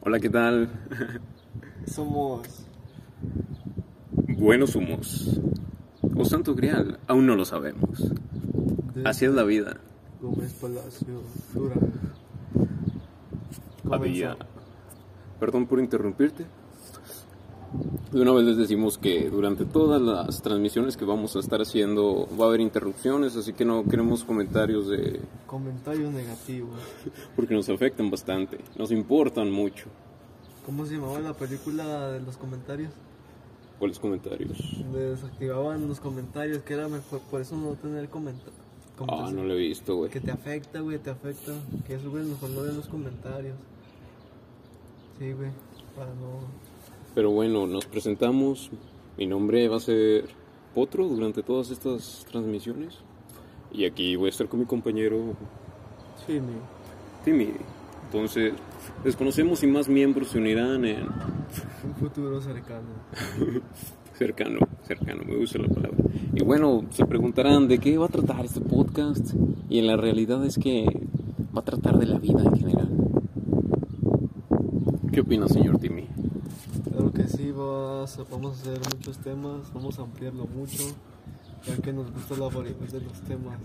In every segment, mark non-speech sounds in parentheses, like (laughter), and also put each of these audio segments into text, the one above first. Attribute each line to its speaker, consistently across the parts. Speaker 1: Hola, ¿qué tal? (laughs)
Speaker 2: Somos.
Speaker 1: Buenos humos. O santo grial, aún no lo sabemos.
Speaker 2: de
Speaker 1: Así es la vida.
Speaker 2: Gómez Palacio, Durán.
Speaker 1: Había... Perdón por interrumpirte. De una vez les decimos que durante todas las transmisiones que vamos a estar haciendo va a haber interrupciones, así que no queremos comentarios de...
Speaker 2: Comentarios negativos.
Speaker 1: porque nos afectan bastante, nos importan mucho.
Speaker 2: ¿Cómo se llamaba la película de los comentarios?
Speaker 1: ¿Cuáles comentarios?
Speaker 2: Donde desactivaban los comentarios, que era mejor, por eso no tener comenta-
Speaker 1: Ah,
Speaker 2: comentarios.
Speaker 1: no lo he visto, güey.
Speaker 2: Que te afecta, güey, te afecta. Que es, güey, mejor no leen los comentarios. Sí, güey, para no.
Speaker 1: Pero bueno, nos presentamos. Mi nombre va a ser Potro durante todas estas transmisiones. Y aquí voy a estar con mi compañero
Speaker 2: Sí, mi.
Speaker 1: Timmy. Entonces, desconocemos si más miembros se unirán en
Speaker 2: Un futuro cercano.
Speaker 1: cercano, cercano, me gusta la palabra. Y bueno, se preguntarán de qué va a tratar este podcast. Y en la realidad es que va a tratar de la vida en general. ¿Qué opina, señor Timmy?
Speaker 2: Claro que sí, vas, vamos a hacer muchos temas, vamos a ampliarlo mucho, ya que nos gusta la variedad de los temas.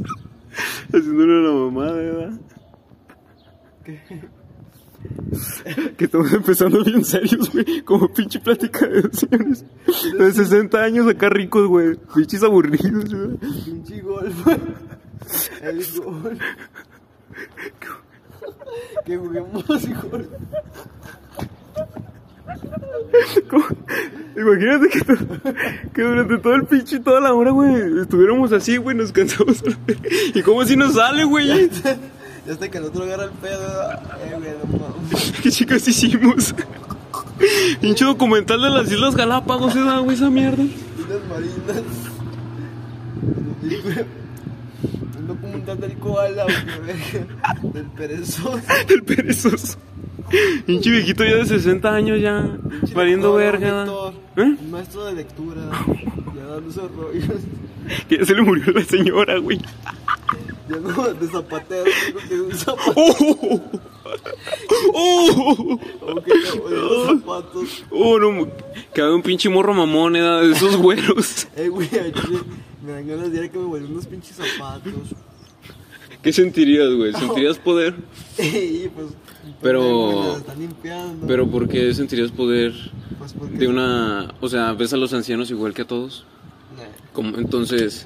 Speaker 1: Haciéndole una mamada, ¿verdad? Que estamos empezando bien serios, güey. Como pinche plática de señores. De 60 años acá ricos, güey. Pinches aburridos, güey.
Speaker 2: Pinche gol, el gol. Que juguemos y gol.
Speaker 1: ¿Cómo? Imagínate que, to- que durante todo el pinche, toda la hora, güey, estuviéramos así, güey, nos cansamos. ¿Y cómo si nos sale, güey?
Speaker 2: Ya hasta que el otro agarra el pedo, eh, güey, no mames.
Speaker 1: ¿Qué chicas hicimos? Pinche documental de las Islas Galápagos, esa, güey, esa mierda.
Speaker 2: Unas marinas. Y, güey, Un documental del koala, güey, del perezoso.
Speaker 1: (laughs) El perezoso. Pinche viejito ya de 60 años ya. Valiendo
Speaker 2: Lector,
Speaker 1: verga.
Speaker 2: lector,
Speaker 1: ¿Eh?
Speaker 2: Maestro de lectura. (laughs) ya dando esos rollos.
Speaker 1: Que ya se le murió la señora, güey.
Speaker 2: Ya no, (laughs) de zapatero. digo que de un zapato.
Speaker 1: ¡Oh! ¡Oh!
Speaker 2: Aunque no, de
Speaker 1: (laughs)
Speaker 2: los zapatos.
Speaker 1: ¡Oh, no! mo- Que haga un pinche morro mamón, eh, de esos güeros.
Speaker 2: Eh, güey, al chile, me dan ganas de ir a que me vuelvan unos pinches zapatos. (laughs)
Speaker 1: ¿Qué sentirías, güey? ¿Sentirías poder?
Speaker 2: Y pues.
Speaker 1: Pero-
Speaker 2: güey, las están limpiando.
Speaker 1: Pero ¿por qué sentirías poder
Speaker 2: Pues porque.
Speaker 1: de una... O sea, ¿ves a los ancianos igual que a todos?
Speaker 2: Nah,
Speaker 1: Como- Entonces,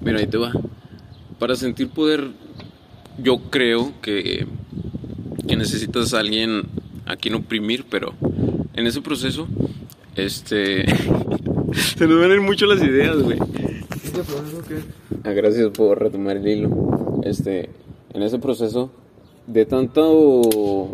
Speaker 1: mira, ahí te va. Para sentir poder, yo creo que, que necesitas a alguien a quien oprimir, pero en ese proceso, este... (laughs) Se nos van a ir mucho las ideas, güey.
Speaker 2: Este proceso que.
Speaker 1: Ah, gracias por retomar el hilo. Este, en ese proceso de tanto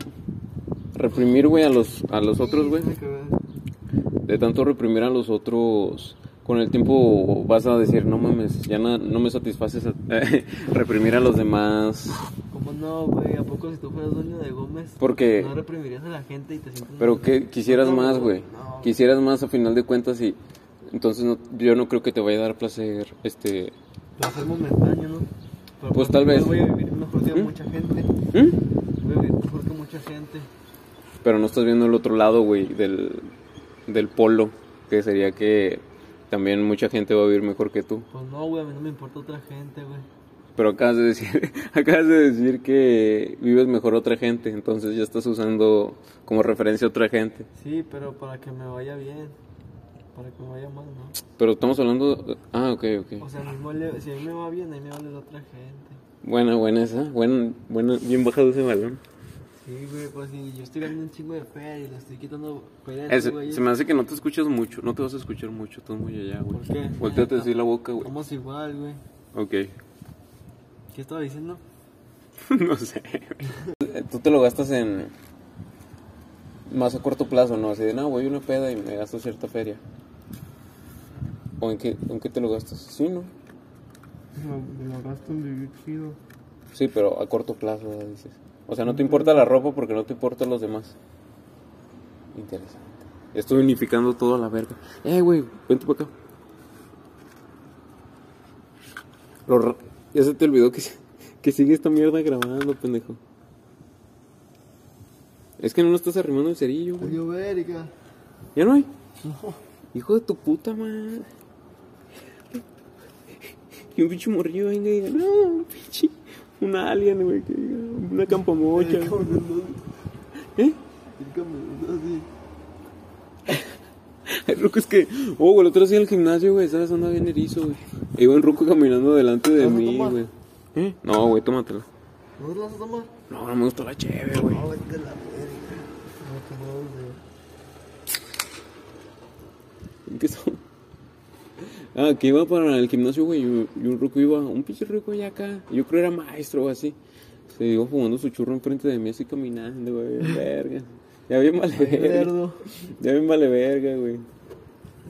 Speaker 1: reprimir, güey, a los, a los otros, Pues, güey,
Speaker 2: Tiene que ver.
Speaker 1: de tanto reprimir a los otros, con el tiempo vas a decir, no mames, ya na- no me satisfaces a- (laughs) reprimir a los demás,
Speaker 2: ¿Cómo no, güey? ¿A poco si tú fueras dueño de Gómez?
Speaker 1: porque,
Speaker 2: No reprimirías a la gente y te sientes.
Speaker 1: pero que quisieras
Speaker 2: No,
Speaker 1: más, güey,
Speaker 2: no.
Speaker 1: quisieras más a final de cuentas y entonces no- yo no creo que te vaya a dar placer, este,
Speaker 2: placer momentáneo, ¿no? Pero
Speaker 1: Pues
Speaker 2: porque
Speaker 1: tal vez.
Speaker 2: Voy a vivir mejor que
Speaker 1: ¿Mm?
Speaker 2: mucha gente.
Speaker 1: ¿Mm?
Speaker 2: Voy a vivir mejor que mucha gente.
Speaker 1: Pero no estás viendo el otro lado, güey, del, del polo, que sería que también mucha gente va a vivir mejor que tú.
Speaker 2: Pues no, güey, a mí no me importa otra gente, güey.
Speaker 1: Pero acabas de decir, (laughs) acabas de decir que vives mejor otra gente, entonces ya estás usando como referencia a otra gente.
Speaker 2: Sí, pero para que me vaya bien. Para que me vaya mal, ¿no?
Speaker 1: Pero estamos hablando... Ah, ok,
Speaker 2: O
Speaker 1: ok.
Speaker 2: sea, a mí me vale- si a mí me va bien, a mí me vale la otra gente.
Speaker 1: Buena, buena esa. Buena, buena, bien bajado ese balón.
Speaker 2: Sí, güey, pues si yo estoy ganando un chingo de feria y le estoy quitando feria a este
Speaker 1: Eh,
Speaker 2: estos
Speaker 1: se,
Speaker 2: güeyes,
Speaker 1: se me hace que no te escuchas mucho, no te vas a escuchar mucho, estás muy allá, güey.
Speaker 2: ¿Por qué?
Speaker 1: Volteate así la boca, güey.
Speaker 2: Estamos igual, güey.
Speaker 1: Ok. (laughs)
Speaker 2: ¿Qué estaba diciendo?
Speaker 1: No sé. Tú te lo gastas en más a corto plazo, ¿no? Así de, no, voy a una peda y me gasto cierta feria. ¿O en qué, en qué te lo gastas? Sí, ¿no?
Speaker 2: No, me lo gasto en vivir chido.
Speaker 1: Sí, pero a corto plazo, ¿verdad? dices. O sea, no te importa la ropa porque no te importan los demás. Interesante. Estoy unificando todo a la verga. Eh, güey, vente para acá. Lo ra- ya se te olvidó que, que sigue esta mierda grabando, pendejo. Es que no lo estás arrimando el cerillo, güey.
Speaker 2: Adiós, verga.
Speaker 1: ¿Ya no hay?
Speaker 2: No.
Speaker 1: Hijo de tu puta madre. Y un pinche morrillo venga y diga, no, un pinche, un alien, güey, que diga, una
Speaker 2: (laughs)
Speaker 1: campamocha. güey".
Speaker 2: El camerino,
Speaker 1: ¿Eh?
Speaker 2: el camerino, así.
Speaker 1: El ruco es que, oh, güey, el otro día al gimnasio, güey, sabes, anda bien erizo, güey. E iba un ruco caminando delante de
Speaker 2: ¿Vas a
Speaker 1: mí,
Speaker 2: tomar?
Speaker 1: güey. ¿Eh? No, güey, tómatela.
Speaker 2: ¿No te las vas a tomar?
Speaker 1: No, no me gustó la chévere, güey.
Speaker 2: No, vete a la verga. No, que no,
Speaker 1: (laughs)
Speaker 2: güey.
Speaker 1: Empiezo. Ah, que iba para el gimnasio, güey, y un y un ruco iba, un pinche ruco ya acá. Yo creo era maestro o así. Se iba fumando su churro enfrente de mí así caminando, güey, verga. Ya bien vale verga.
Speaker 2: Verdo.
Speaker 1: Ya bien vale verga, güey.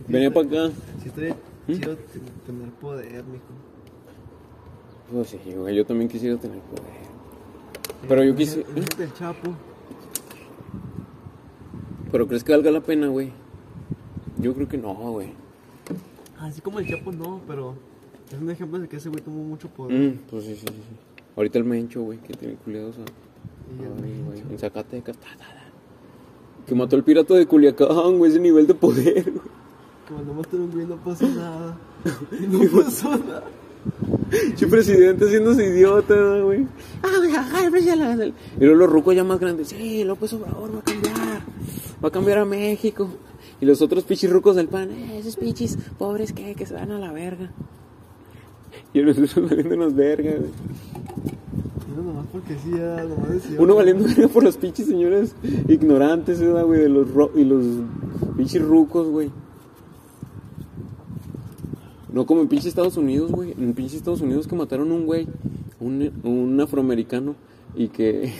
Speaker 1: Venía para acá.
Speaker 2: Si estoy
Speaker 1: ¿Mm?
Speaker 2: chido te- tener poder, mijo.
Speaker 1: Pues sí, güey, yo también quisiera tener poder. Pero yo quise- ¿eh?
Speaker 2: Imagínate el Chapo.
Speaker 1: Pero crees que valga la pena, güey. Yo creo que no, güey.
Speaker 2: Así como el Chapo no, pero es un ejemplo de que ese güey tomó mucho poder.
Speaker 1: Mm, pues sí, sí, sí. sí. Ahorita el mencho, güey, que tiene culiados a.
Speaker 2: Y el
Speaker 1: Ay, güey, en Zacatecas. ta, ta, ta. Que mató al pirata de Culiacán, güey, ese nivel de poder, güey. (laughs) ¿Mm?
Speaker 2: Como no mataron bien, no pasó nada. No pasó nada.
Speaker 1: Che presidente haciéndose idiota, güey. Ah, güey, ajá, el presidente de la- Y luego los rucos ya más grandes. Sí, López Obrador va a cambiar. Va a cambiar a México. Y los otros pichirrucos del pan. "Eh, esos pichis pobres que, que se van a la verga. Y (laughs) nosotros valiéndonos verga, güey.
Speaker 2: Y no, nomás porque sí, ya, nomás decía.
Speaker 1: (laughs) Uno valiendo verga por los pinches señores ignorantes, ¿verdad, güey? De los ro y los pinches rucos, güey. No como en pinche Estados Unidos, güey. En pinche Estados Unidos que mataron un güey, un, un afroamericano, y que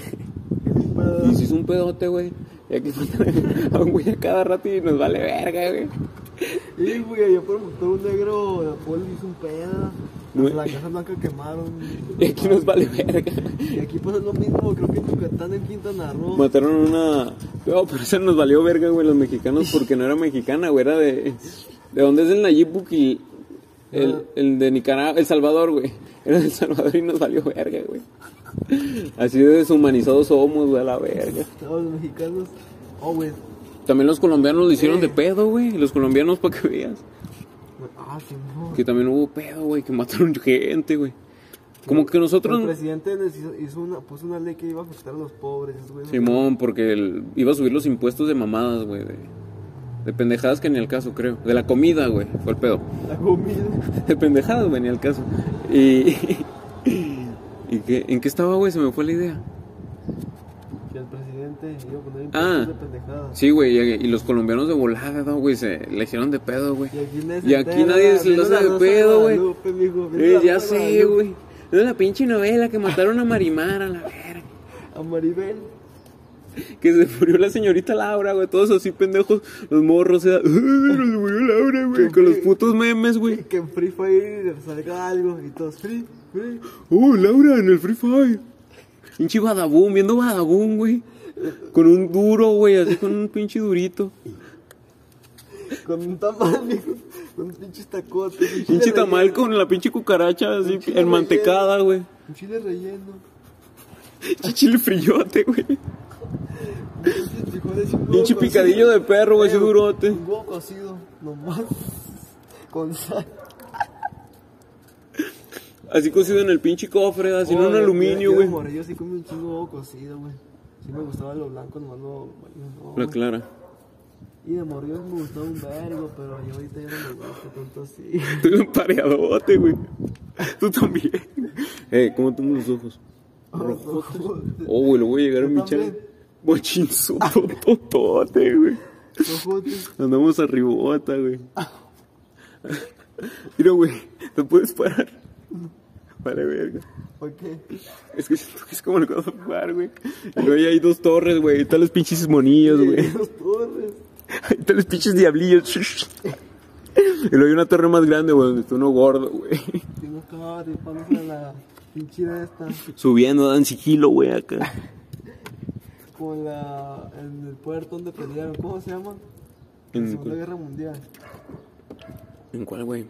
Speaker 1: (laughs) y se hizo un pedote, güey. Y aquí (laughs) matan a un güey a cada rato y nos vale verga, güey.
Speaker 2: Y güey, allá por motor un negro, la poli hizo un pedo.
Speaker 1: Güey.
Speaker 2: La Casa Blanca quemaron.
Speaker 1: Y aquí nos vale verga.
Speaker 2: Y aquí pasa lo mismo, creo que en Yucatán, en Quintana Roo.
Speaker 1: Mataron una. No, pero esa nos valió verga, güey, los mexicanos, porque no era mexicana, güey, era de. ¿De dónde es el Nayib Bukele? El, el de Nicaragua, El Salvador, güey. Era de El Salvador y nos valió verga, güey. Así de deshumanizados somos, güey, a la verga.
Speaker 2: Todos los mexicanos. Oh, güey.
Speaker 1: También los colombianos lo hicieron de
Speaker 2: Sí.
Speaker 1: pedo, güey. Los colombianos, para que veas.
Speaker 2: Ah, sí, no.
Speaker 1: Que también hubo pedo, güey, que mataron gente, güey. Como que nosotros.
Speaker 2: El presidente les hizo, hizo una, puso una ley que iba a afectar a los pobres. esos güeyes.
Speaker 1: Simón, porque el- iba a subir los impuestos de mamadas, güey. De, de pendejadas que ni al caso, creo. De la comida, güey. Fue el pedo. (laughs)
Speaker 2: La comida.
Speaker 1: De pendejadas, güey, ni al caso. Y. (laughs) ¿Y qué, en qué estaba, güey? Se me fue la idea.
Speaker 2: Que el presidente iba a poner
Speaker 1: Ah.
Speaker 2: impuestos de pendejadas.
Speaker 1: Sí, güey. Y, y los colombianos de volada, ¿no, güey. Se le hicieron de pedo, güey.
Speaker 2: Y aquí, nadie
Speaker 1: Y aquí
Speaker 2: entera,
Speaker 1: nadie se
Speaker 2: viendo
Speaker 1: lo hace
Speaker 2: la
Speaker 1: de
Speaker 2: Rosa
Speaker 1: pedo, güey.
Speaker 2: Guadalupe, mijo, viendo
Speaker 1: Eh,
Speaker 2: la
Speaker 1: ya
Speaker 2: Rosa
Speaker 1: sé,
Speaker 2: Guadalupe.
Speaker 1: güey. Es la pinche novela que mataron a Marimar, a la verga.
Speaker 2: A Maribel.
Speaker 1: Que se murió la señorita Laura, güey. Todos así pendejos, los morros, se da, "Ay, nos murió Laura, güey. Con los putos memes, güey.
Speaker 2: Que en Free Fire salga algo y todos Free, Free.
Speaker 1: ¡Oh, Laura en el Free Fire! Pinche Badabun, viendo Badabun, güey. Con un duro, güey, así con un pinche durito.
Speaker 2: Con un tamal, mijo. Con un pinche tacote. un chile
Speaker 1: Pinche tamal
Speaker 2: relleno,
Speaker 1: con la pinche cucaracha así
Speaker 2: chile
Speaker 1: enmantecada, güey.
Speaker 2: Un chile relleno.
Speaker 1: Pinche chile frillote, güey.
Speaker 2: Pinches frijoles y un huevo
Speaker 1: Pinche
Speaker 2: cocido.
Speaker 1: picadillo de perro, güey, ese
Speaker 2: Pero,
Speaker 1: durote.
Speaker 2: Un huevo cocido, nomás. (laughs) Con sal.
Speaker 1: Así cocido en el pinche cofre, así en
Speaker 2: Oh,
Speaker 1: un
Speaker 2: yo-
Speaker 1: aluminio,
Speaker 2: yo de
Speaker 1: güey.
Speaker 2: morrillo sí comí un chingo de huevo cocido, güey. Sí me gustaba lo blanco, nomás lo... no,
Speaker 1: La
Speaker 2: güey.
Speaker 1: clara.
Speaker 2: Y de morrillo me gustaba un vergo, pero yo ahorita ya no me gusta tanto así. (laughs)
Speaker 1: Tú eres un pareadote, güey. Tú también. Eh, ¿cómo tengo los ojos?
Speaker 2: Ojotes.
Speaker 1: Oh, güey, lo voy a llegar a
Speaker 2: Yo
Speaker 1: mi
Speaker 2: también.
Speaker 1: chan. Bochinzudo, totote, güey.
Speaker 2: Ojotes.
Speaker 1: Andamos arribota, güey. Mira, güey, ¿te puedes parar? Vale, verga.
Speaker 2: ¿Por qué?
Speaker 1: Es que siento que es como el God of War, güey. Y luego ahí hay dos torres, güey. Ahí están los pinches monillos, güey.
Speaker 2: (laughs) Los torres.
Speaker 1: Ahí están los pinches diablillos. Y luego hay una torre más grande, güey, donde está uno gordo, güey.
Speaker 2: Tengo acá rifándose a la pinchera esta.
Speaker 1: Subiendo, dan sigilo, güey, acá.
Speaker 2: Con la... En el puerto donde pelearon. ¿Cómo se llama?
Speaker 1: ¿En
Speaker 2: En la Segunda
Speaker 1: cuál?
Speaker 2: Guerra Mundial.
Speaker 1: ¿En cuál, güey?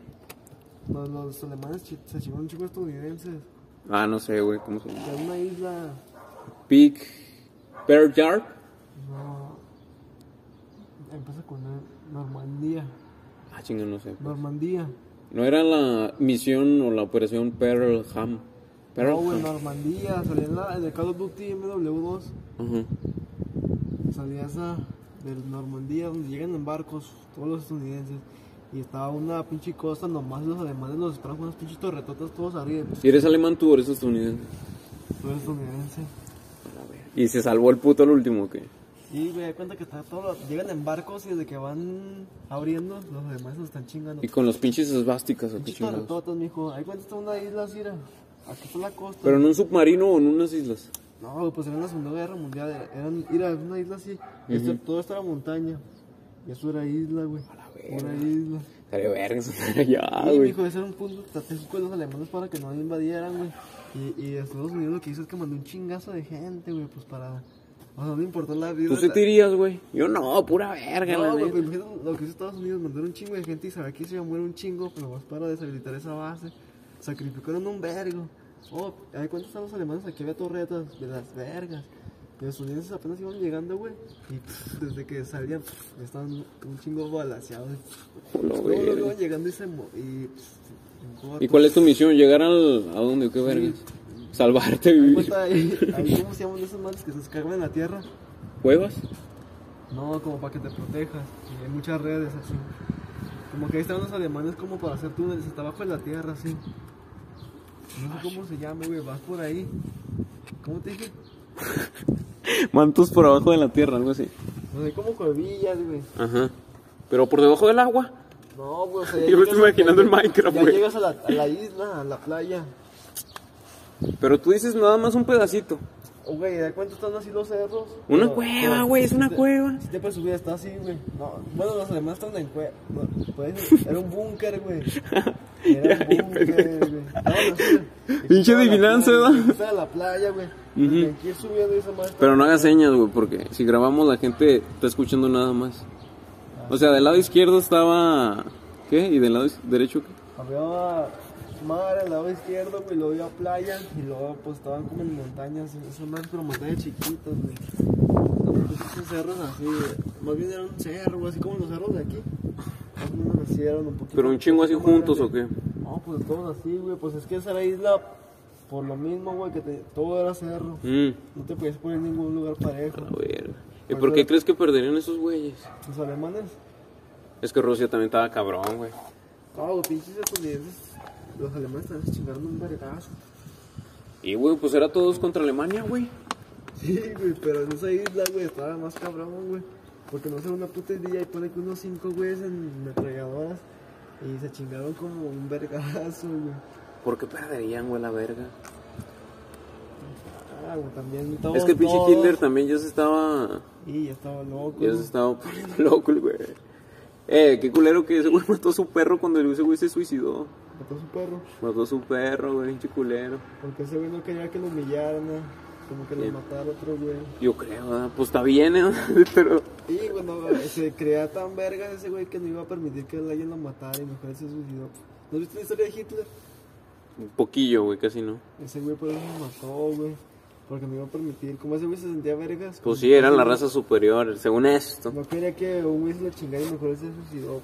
Speaker 2: Los, los alemanes chi- se chingaron un chico estadounidenses.
Speaker 1: Ah, no sé, güey, ¿cómo se llama?
Speaker 2: En una isla...
Speaker 1: Big Bear Yard.
Speaker 2: Normandía.
Speaker 1: Ah, chinga, no sé.
Speaker 2: Normandía.
Speaker 1: No era la misión o la operación Pearl Ham. Pearl
Speaker 2: No, güey,
Speaker 1: Ham.
Speaker 2: Normandía. Salía en, la, en el Call of Duty MW2.
Speaker 1: Ajá.
Speaker 2: Salía esa de Normandía, donde llegan en barcos todos los estadounidenses. Y estaba una pinche costa, nomás los alemanes los estaban con unas pinches torretotas todos arriba.
Speaker 1: ¿Y eres alemán tú o eres estadounidense?
Speaker 2: Todos estadounidenses.
Speaker 1: Y se salvó el puto al último, que
Speaker 2: Y me da cuenta que está todo, lo- llegan en barcos y desde que van abriendo, los demás los están chingando.
Speaker 1: Y con los pinches esvásticas o qué
Speaker 2: Pinches
Speaker 1: chingados.
Speaker 2: torretotas, mijo. Ahí cuenta está una isla, Cira. Aquí está la costa.
Speaker 1: Pero en un submarino o en unas islas.
Speaker 2: No, güey, pues era la Segunda Guerra Mundial. eh, Eran, era una isla así. esto- todo esto era montaña. Y eso era isla, güey. Una isla.
Speaker 1: Estaría verga eso estar allá,
Speaker 2: y,
Speaker 1: Ah, güey.
Speaker 2: mijo, ese era un punto estratégico de los alemanes para que no invadieran, güey. Y, y Estados Unidos lo que hizo es que mandó un chingazo de gente, güey, pues para. O sea, no le importó la vida.
Speaker 1: ¿Tú Pues sí
Speaker 2: la-
Speaker 1: te irías, güey? Yo no, pura verga, la
Speaker 2: No, güey, pues,
Speaker 1: neta.
Speaker 2: pero imagínate lo que hizo Estados Unidos, mandar un chingo de gente y saber que se iba a morir un chingo, pero más para deshabilitar esa base. Sacrificaron un vergo. Oh, ¿ay cuántos están los alemanes? Aquí había torretas de las vergas. Y Los estadounidenses apenas iban llegando, güey. Y pff, desde que salían, pff, estaban un chingo balanceados.
Speaker 1: Hola,
Speaker 2: Luego,
Speaker 1: verga.
Speaker 2: luego iban llegando y se mo y, pff,
Speaker 1: Oh, ¿Y cuál es tu misión? ¿Llegar al, a dónde? ¿Qué verga? Salvarte,
Speaker 2: Ahí
Speaker 1: vivir.
Speaker 2: cuenta Pues, ahí, ahí cómo se llaman esos manos que se descargan en la tierra.
Speaker 1: ¿Cuevas?
Speaker 2: No, como para que te protejas. Y hay muchas redes así. Como que ahí están los alemanes como para hacer túneles hasta abajo de la tierra, así. No sé cómo se llama, güey. Vas por ahí. ¿Cómo te dije?
Speaker 1: Mantos por abajo de la tierra, algo así.
Speaker 2: No sé, Pues como cuevillas, güey.
Speaker 1: Ajá. Pero por debajo del agua.
Speaker 2: No, güey, o sea,
Speaker 1: (laughs)
Speaker 2: ya
Speaker 1: Yo me
Speaker 2: llegas
Speaker 1: estoy
Speaker 2: a-
Speaker 1: imaginando el Minecraft,
Speaker 2: Ya
Speaker 1: güey.
Speaker 2: llegas a la, a la isla, a la playa.
Speaker 1: Pero tú dices nada más un pedacito.
Speaker 2: Oh, güey, ¿de cuánto están así los cerros?
Speaker 1: Una
Speaker 2: Pero-
Speaker 1: cueva,
Speaker 2: pero-
Speaker 1: güey, es una cueva.
Speaker 2: Si te puedes subir, está así, güey. No, bueno, los alemanes están en cueva. No, pues, era un
Speaker 1: (laughs)
Speaker 2: búnker, güey. Era
Speaker 1: Ya,
Speaker 2: un
Speaker 1: bien
Speaker 2: búnker,
Speaker 1: pendejo.
Speaker 2: güey. Estaban así, güey. Y
Speaker 1: Pinche
Speaker 2: estaba la
Speaker 1: adivinanza,
Speaker 2: playa,
Speaker 1: ¿verdad?
Speaker 2: y estaba la playa, güey. Y Hay que ir subiendo y esa madre.
Speaker 1: Pero no hagas señas, güey, porque si grabamos la gente está escuchando nada más. O sea, del lado izquierdo estaba... ¿Qué? ¿Y del lado iz- derecho qué?
Speaker 2: Había mar al lado izquierdo, güey. Luego había playa. Y luego, pues, estaban como en montañas. Esas madres, pero montañas chiquitas, güey. Estaban pues, esos cerros así, güey. Más bien era un cerro, güey. Así como los cerros de aquí. Más o menos así eran un poquito.
Speaker 1: ¿Pero un chingo así
Speaker 2: poquito más
Speaker 1: juntos o
Speaker 2: grandes.
Speaker 1: qué?
Speaker 2: No, pues todos así, güey. Pues es que esa era isla, por lo mismo, güey, que te- todo era cerro.
Speaker 1: Mm.
Speaker 2: No te podías poner en ningún lugar parejo.
Speaker 1: A ver. ¿Y por qué crees que perderían esos güeyes?
Speaker 2: Los alemanes,
Speaker 1: Es que Rusia también estaba cabrón, güey.
Speaker 2: no, los pinches estadounidenses, los alemanes también se chingaron un vergazo.
Speaker 1: Y, güey, pues era todos contra Alemania, güey.
Speaker 2: Sí, güey, pero en esa isla, güey, estaba más cabrón, güey. Porque no sé, una puta idea y pone que unos cinco güeyes en metralladoras y se chingaron como un vergazo, güey.
Speaker 1: ¿Por qué perderían, güey, la verga?
Speaker 2: Ah, güey, también todos,
Speaker 1: es que el pinche
Speaker 2: todos.
Speaker 1: Hitler también ya se estaba...
Speaker 2: Y ya estaba loco.
Speaker 1: Ya
Speaker 2: güey.
Speaker 1: se estaba poniendo (laughs) loco, el güey. Eh, qué culero que ese güey (laughs) mató a su perro cuando ese güey se suicidó.
Speaker 2: Mató a su perro.
Speaker 1: Mató a su perro, güey, pinche culero.
Speaker 2: Porque ese güey no quería que lo humillaran, ¿no? como que lo matara otro güey.
Speaker 1: Yo creo, ¿verdad? pues está bien, ¿eh? (laughs) pero...
Speaker 2: Y bueno, se creía tan vergas ese güey que no iba a permitir que alguien lo matara y mejor él se suicidó. ¿No has visto la historia de Hitler?
Speaker 1: Un poquillo, güey, casi no.
Speaker 2: Ese güey por eso se mató, güey. Porque no iba a permitir. Como ese güey se sentía vergas.
Speaker 1: Pues sí, eran la raza superior, según esto.
Speaker 2: No quería que un güey se lo chingara y mejor él se suicidó.
Speaker 1: Oh.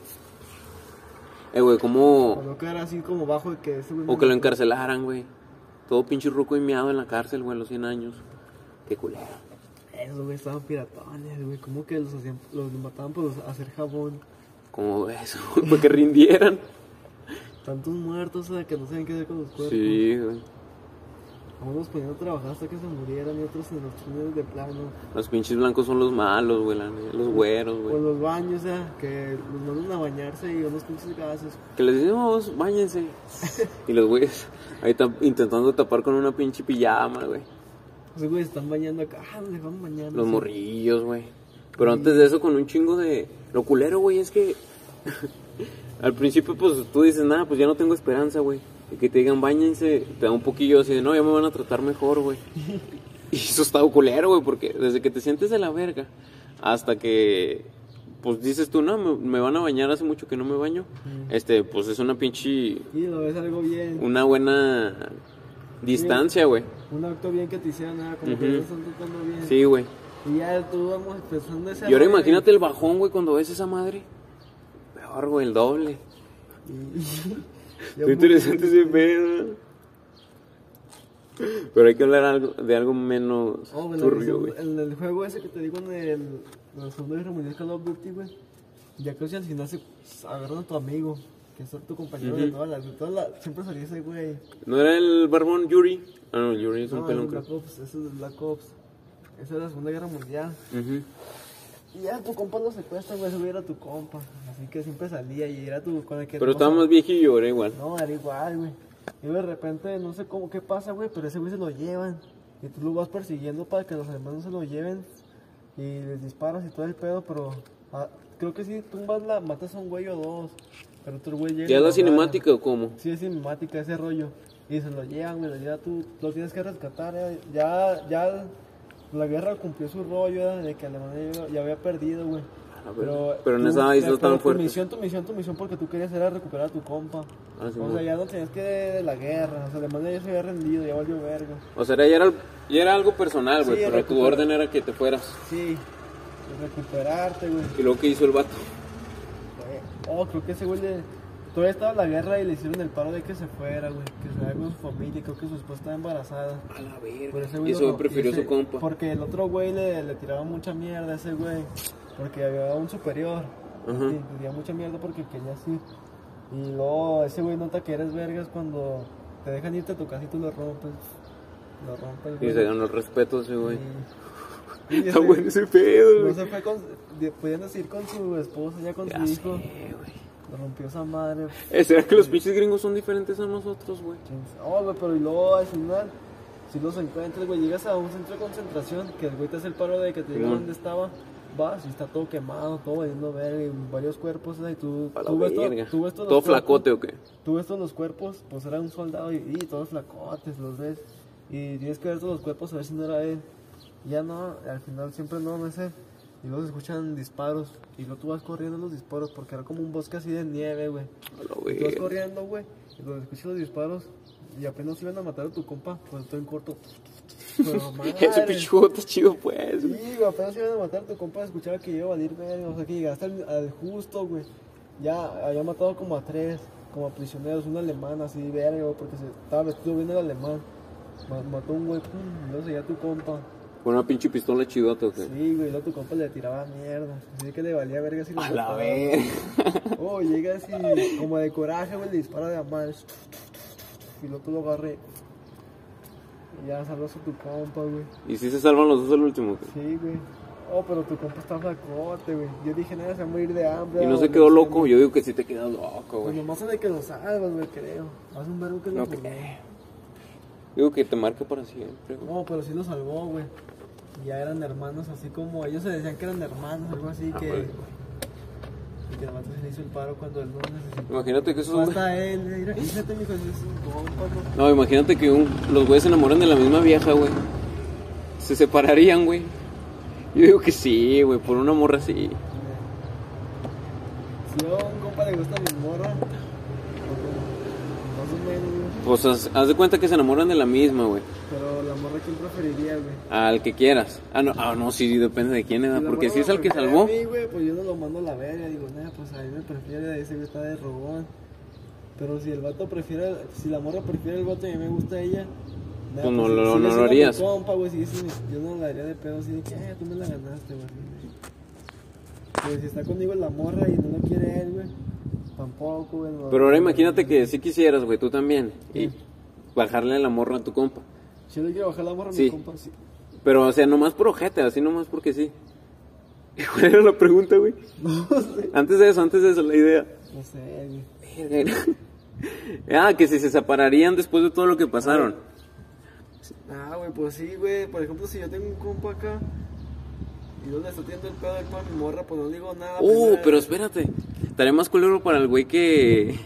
Speaker 1: Eh, güey,
Speaker 2: Para
Speaker 1: ¿cómo...?
Speaker 2: no quedar así como bajo de que ese güey.
Speaker 1: O que lo encarcelaran, güey. Todo pinche ruco y miado en la cárcel, güey, a los 100 años. Qué culero.
Speaker 2: Esos güey estaban piratones, güey. Como que los, hacían, los mataban por hacer jabón.
Speaker 1: Como eso, (laughs) güey, para que rindieran.
Speaker 2: Tantos muertos, o sea, que no sabían qué hacer con los cuerpos.
Speaker 1: Sí, güey.
Speaker 2: A unos ponían a trabajar hasta que se murieran y otros en los túneles de plano.
Speaker 1: Los pinches blancos son los malos, güey, la neta, los güeros,
Speaker 2: O
Speaker 1: güey.
Speaker 2: en los baños, o sea, que los mandan a bañarse y unos pinches gases.
Speaker 1: Que les decimos, bañense. Y los güeyes ahí ta- intentando tapar con una pinche pijama, güey.
Speaker 2: Esos güeyes están bañando acá, ah, nos dejamos bañar.
Speaker 1: Los
Speaker 2: Sí.
Speaker 1: morrillos, güey. Pero antes de eso, con un chingo de. Lo culero, güey, es que. (laughs) al principio, pues tú dices, nada, pues ya no tengo esperanza, güey. Y que te digan, bañense, te da un poquillo así de, no, ya me van a tratar mejor, güey. y eso está culero, güey, porque desde que te sientes de la verga hasta que. Pues dices tú, no, me, me van a bañar, hace mucho que no me baño. Este, pues es una pinche
Speaker 2: Y lo ves algo bien,
Speaker 1: una buena distancia, güey.
Speaker 2: un acto bien que te hicieron, ah, como que
Speaker 1: Ujú.
Speaker 2: lo están tratando bien.
Speaker 1: Sí, güey.
Speaker 2: Y ya tú vamos empezando ese.
Speaker 1: Y ahora
Speaker 2: rollo
Speaker 1: imagínate el bajón, güey, cuando ves esa madre.
Speaker 2: y-
Speaker 1: peor, güey, el doble. (laughs)
Speaker 2: Y- ya
Speaker 1: Está interesante ese pedo. Pero hay que hablar algo, de algo menos
Speaker 2: Oh, bueno,
Speaker 1: turbio,
Speaker 2: en
Speaker 1: güey.
Speaker 2: el, en el juego ese que te digo en el, en la Segunda Guerra Mundial Call of Duty, güey. Ya creo que al final se agarran a tu amigo, que es tu compañero de
Speaker 1: Ujú.
Speaker 2: toda la, de toda la- Siempre salía ese güey.
Speaker 1: ¿No era el barbón Yuri? Ah, no, Yuri es un
Speaker 2: No, el
Speaker 1: pelón, creo.
Speaker 2: Black Ops, ese es el Black Ops. Esa es la Segunda Guerra Mundial.
Speaker 1: Ujú.
Speaker 2: Y ya tu compa lo secuestra, güey, ese güey era tu compa. Así que siempre salía y era tu con el que
Speaker 1: Pero
Speaker 2: te
Speaker 1: estaba más viejillo, era igual.
Speaker 2: No, era igual, güey. Y de repente, no sé cómo, qué pasa, güey, pero ese güey se lo llevan. Y tú lo vas persiguiendo para que los hermanos se lo lleven. Y les disparas y todo el pedo, pero ah, creo que sí tumbas la, matas a un güey o dos. Pero otro güey llega. y
Speaker 1: ¿Ya es
Speaker 2: lo
Speaker 1: la
Speaker 2: agarra.
Speaker 1: cinemática o cómo?
Speaker 2: Sí, es cinemática ese rollo. Y se lo llevan, güey, ya tú lo tienes que rescatar. eh. Ya, ya la guerra cumplió su rollo eh, de que Alemania ya- ya había perdido, güey.
Speaker 1: Ah,
Speaker 2: Pero,
Speaker 1: Pero en
Speaker 2: tú-
Speaker 1: esa isla
Speaker 2: pero
Speaker 1: tan
Speaker 2: Tu
Speaker 1: fuerte.
Speaker 2: misión, tu misión, tu misión, porque tú querías era recuperar a tu compa.
Speaker 1: Ah, sí,
Speaker 2: o sea,
Speaker 1: bueno.
Speaker 2: ya no tenías que de la guerra. O sea, Alemania ya se había rendido, ya valió verga.
Speaker 1: O sea, ya era, ya era algo personal, güey,
Speaker 2: Sí,
Speaker 1: pero tu
Speaker 2: recuperar.
Speaker 1: orden era que te fueras.
Speaker 2: Sí, pues recuperarte, güey.
Speaker 1: Y luego, ¿qué hizo el vato?
Speaker 2: Eh, Oh, creo que ese güey le... Todavía estaba la guerra y le hicieron el paro de que se fuera, güey. Que se vaya con su familia. Creo que su esposa estaba embarazada.
Speaker 1: A la
Speaker 2: Por ese
Speaker 1: verga.
Speaker 2: güey
Speaker 1: Y
Speaker 2: lo-
Speaker 1: eso prefirió
Speaker 2: ese-
Speaker 1: su compa.
Speaker 2: Porque el otro güey le, le tiraba mucha mierda a ese güey. Porque había un superior.
Speaker 1: Ajá.
Speaker 2: Y le tiraba mucha mierda porque quería así. Y luego ese güey nota que eres vergas cuando te dejan irte a tu casa y tú lo rompes. Lo rompes,
Speaker 1: Y se ganó el respeto ese güey.
Speaker 2: Y- y
Speaker 1: Está
Speaker 2: ese-
Speaker 1: bueno ese pedo,
Speaker 2: no
Speaker 1: güey.
Speaker 2: se fue con. de- Pudiendo ir con su esposa, ya con
Speaker 1: Ya
Speaker 2: su
Speaker 1: sé,
Speaker 2: hijo.
Speaker 1: güey.
Speaker 2: Lo rompió esa madre.
Speaker 1: Eh, ¿Será que los pinches gringos son diferentes a nosotros, güey?
Speaker 2: Oh, güey, pero y luego al final, si los encuentras, güey, llegas a un centro de concentración que el güey te hace el paro de que te diga
Speaker 1: Simón.
Speaker 2: dónde estaba, vas y está todo quemado, todo valiendo ver, y varios cuerpos, ahí tú,
Speaker 1: A la
Speaker 2: tú, ves todo-
Speaker 1: verga.
Speaker 2: tú ves todos
Speaker 1: ¿Todo
Speaker 2: los
Speaker 1: flacote
Speaker 2: cuerpos,
Speaker 1: o qué?
Speaker 2: Tú ves todos los cuerpos, pues era un soldado y, y todos flacotes, los ves, y tienes que ver todos los cuerpos a ver si no era él. Ya no, al final siempre no, no es él. Y luego se escuchan disparos, y luego tú vas corriendo en los disparos, porque era como un bosque así de nieve, güey.
Speaker 1: A la
Speaker 2: Y tú vas
Speaker 1: verga.
Speaker 2: corriendo, güey, y cuando escuchas los disparos y apenas iban a matar a tu compa, pues estoy en corto. Pero madre.
Speaker 1: Ese pinche juego está chido, pues.
Speaker 2: Sí,
Speaker 1: güey.
Speaker 2: güey, apenas iban a matar a tu compa, escuchaba que iba a valer verga, o sea que llegaste al, al justo, güey. Ya había matado como a tres, como a prisioneros, un alemán así, verga, güey, porque se estaba vestido bien el alemán. Ma- Mató un güey, pum, y luego seguía tu compa.
Speaker 1: Con una pinche pistola chidota, ¿o qué?
Speaker 2: Sí, güey, y luego tu compa le tiraba mierda. Así que le valía verga si lo
Speaker 1: A la
Speaker 2: mataba.
Speaker 1: verga.
Speaker 2: Oh, llega así, como de coraje, güey, le dispara de a madres. Y luego tú lo agarré. Y ya salvas a tu compa, güey.
Speaker 1: Y si se salvan los dos al último, ¿qué?
Speaker 2: Sí, güey. Oh, pero tu compa está flacote, güey. Yo dije, nada, se va a morir de hambre.
Speaker 1: Y no
Speaker 2: o
Speaker 1: se quedó
Speaker 2: sé,
Speaker 1: loco,
Speaker 2: güey.
Speaker 1: yo digo que sí te quedas loco,
Speaker 2: Pues
Speaker 1: güey.
Speaker 2: nomás de que lo salvas, güey, creo. Haz un verbo que lo
Speaker 1: No
Speaker 2: salvó.
Speaker 1: creo. Digo que te marca para siempre, güey.
Speaker 2: No, pero sí lo salvó, güey. Y Ya eran hermanos, así como ellos se decían que eran hermanos, algo así,
Speaker 1: Ah,
Speaker 2: que.
Speaker 1: güey.
Speaker 2: Y que el vato se le hizo el paro cuando él no necesitó.
Speaker 1: Imagínate que esos
Speaker 2: No
Speaker 1: güey-
Speaker 2: está él, mira, fíjate, mijo, ese es un compa, ¿no?
Speaker 1: No, imagínate que un- los güeyes se enamoran de la misma vieja, güey. Se separarían, güey. Yo digo que sí, güey, por una morra sí.
Speaker 2: Si yo a oh, un compa le gusta mi morra, más o menos,
Speaker 1: Pues haz, haz de cuenta que se enamoran de la misma, güey.
Speaker 2: pero la morra quién preferiría, güey.
Speaker 1: Al que quieras. Ah, no, ah, no sí, depende de quién, ¿verdad?
Speaker 2: la
Speaker 1: Porque
Speaker 2: morra
Speaker 1: si es
Speaker 2: me
Speaker 1: al que
Speaker 2: prefiere
Speaker 1: salvó.
Speaker 2: A mí, güey, pues yo no lo mando a la verga, digo, nada, pues a mí me prefiere, ese güey está de robón. Pero si el vato prefiere, si la morra prefiere el vato y a mí me gusta ella, nah,
Speaker 1: Pues no
Speaker 2: si-
Speaker 1: lo-
Speaker 2: sigue
Speaker 1: no lo
Speaker 2: siendo mi
Speaker 1: harías.
Speaker 2: compa, güey, sigue siendo mi- yo no la haría de pedo así de que, "Ah, tú me la ganaste, güey. Pero si está conmigo la morra y no lo quiere él, güey, tampoco, güey. no-
Speaker 1: Pero ahora imagínate que si quisieras, güey, tú también. Y
Speaker 2: Sí.
Speaker 1: bajarle la morra a tu compa.
Speaker 2: Si yo le quiero bajar la morra a
Speaker 1: Sí.
Speaker 2: mi compa, sí. (laughs)
Speaker 1: Pero, o sea, nomás por ojete, así nomás porque sí. (laughs) ¿Cuál era la pregunta, güey?
Speaker 2: No sé.
Speaker 1: Antes de eso, antes de eso, la idea.
Speaker 2: No sé, güey.
Speaker 1: (laughs) ah, que si se separarían después de todo lo que pasaron.
Speaker 2: Ah, güey, pues sí, güey. Por ejemplo, si yo tengo un compa acá y no le está tirando el pedo del pan a mi morra, pues eh. no digo nada.
Speaker 1: Uh,
Speaker 2: primero.
Speaker 1: pero espérate. Estaré más culero para el güey que.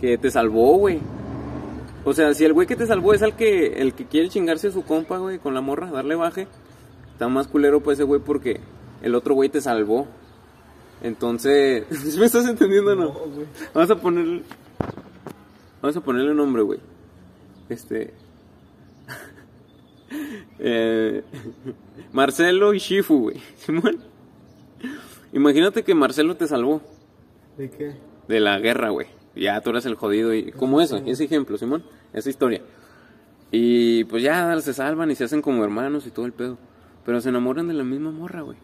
Speaker 1: que te salvó, güey. O sea, si el güey que te salvó es el que, el que quiere chingarse a su compa, güey, con la morra, darle baje, está más culero para ese güey porque el otro güey te salvó. Entonces, (laughs) ¿me estás entendiendo o no?
Speaker 2: No, güey.
Speaker 1: Vamos a ponerle. Vamos a ponerle un nombre, güey. Este. (laughs) eh, (laughs) Marcelo y Shifu, güey. Simón. Imagínate que Marcelo te salvó.
Speaker 2: ¿De qué?
Speaker 1: de la guerra, güey. Ya tú eres el jodido y como eso, ese ejemplo, Simón, esa historia. Y pues ya se salvan y se hacen como hermanos y todo el pedo. Pero se enamoran de la misma morra, güey.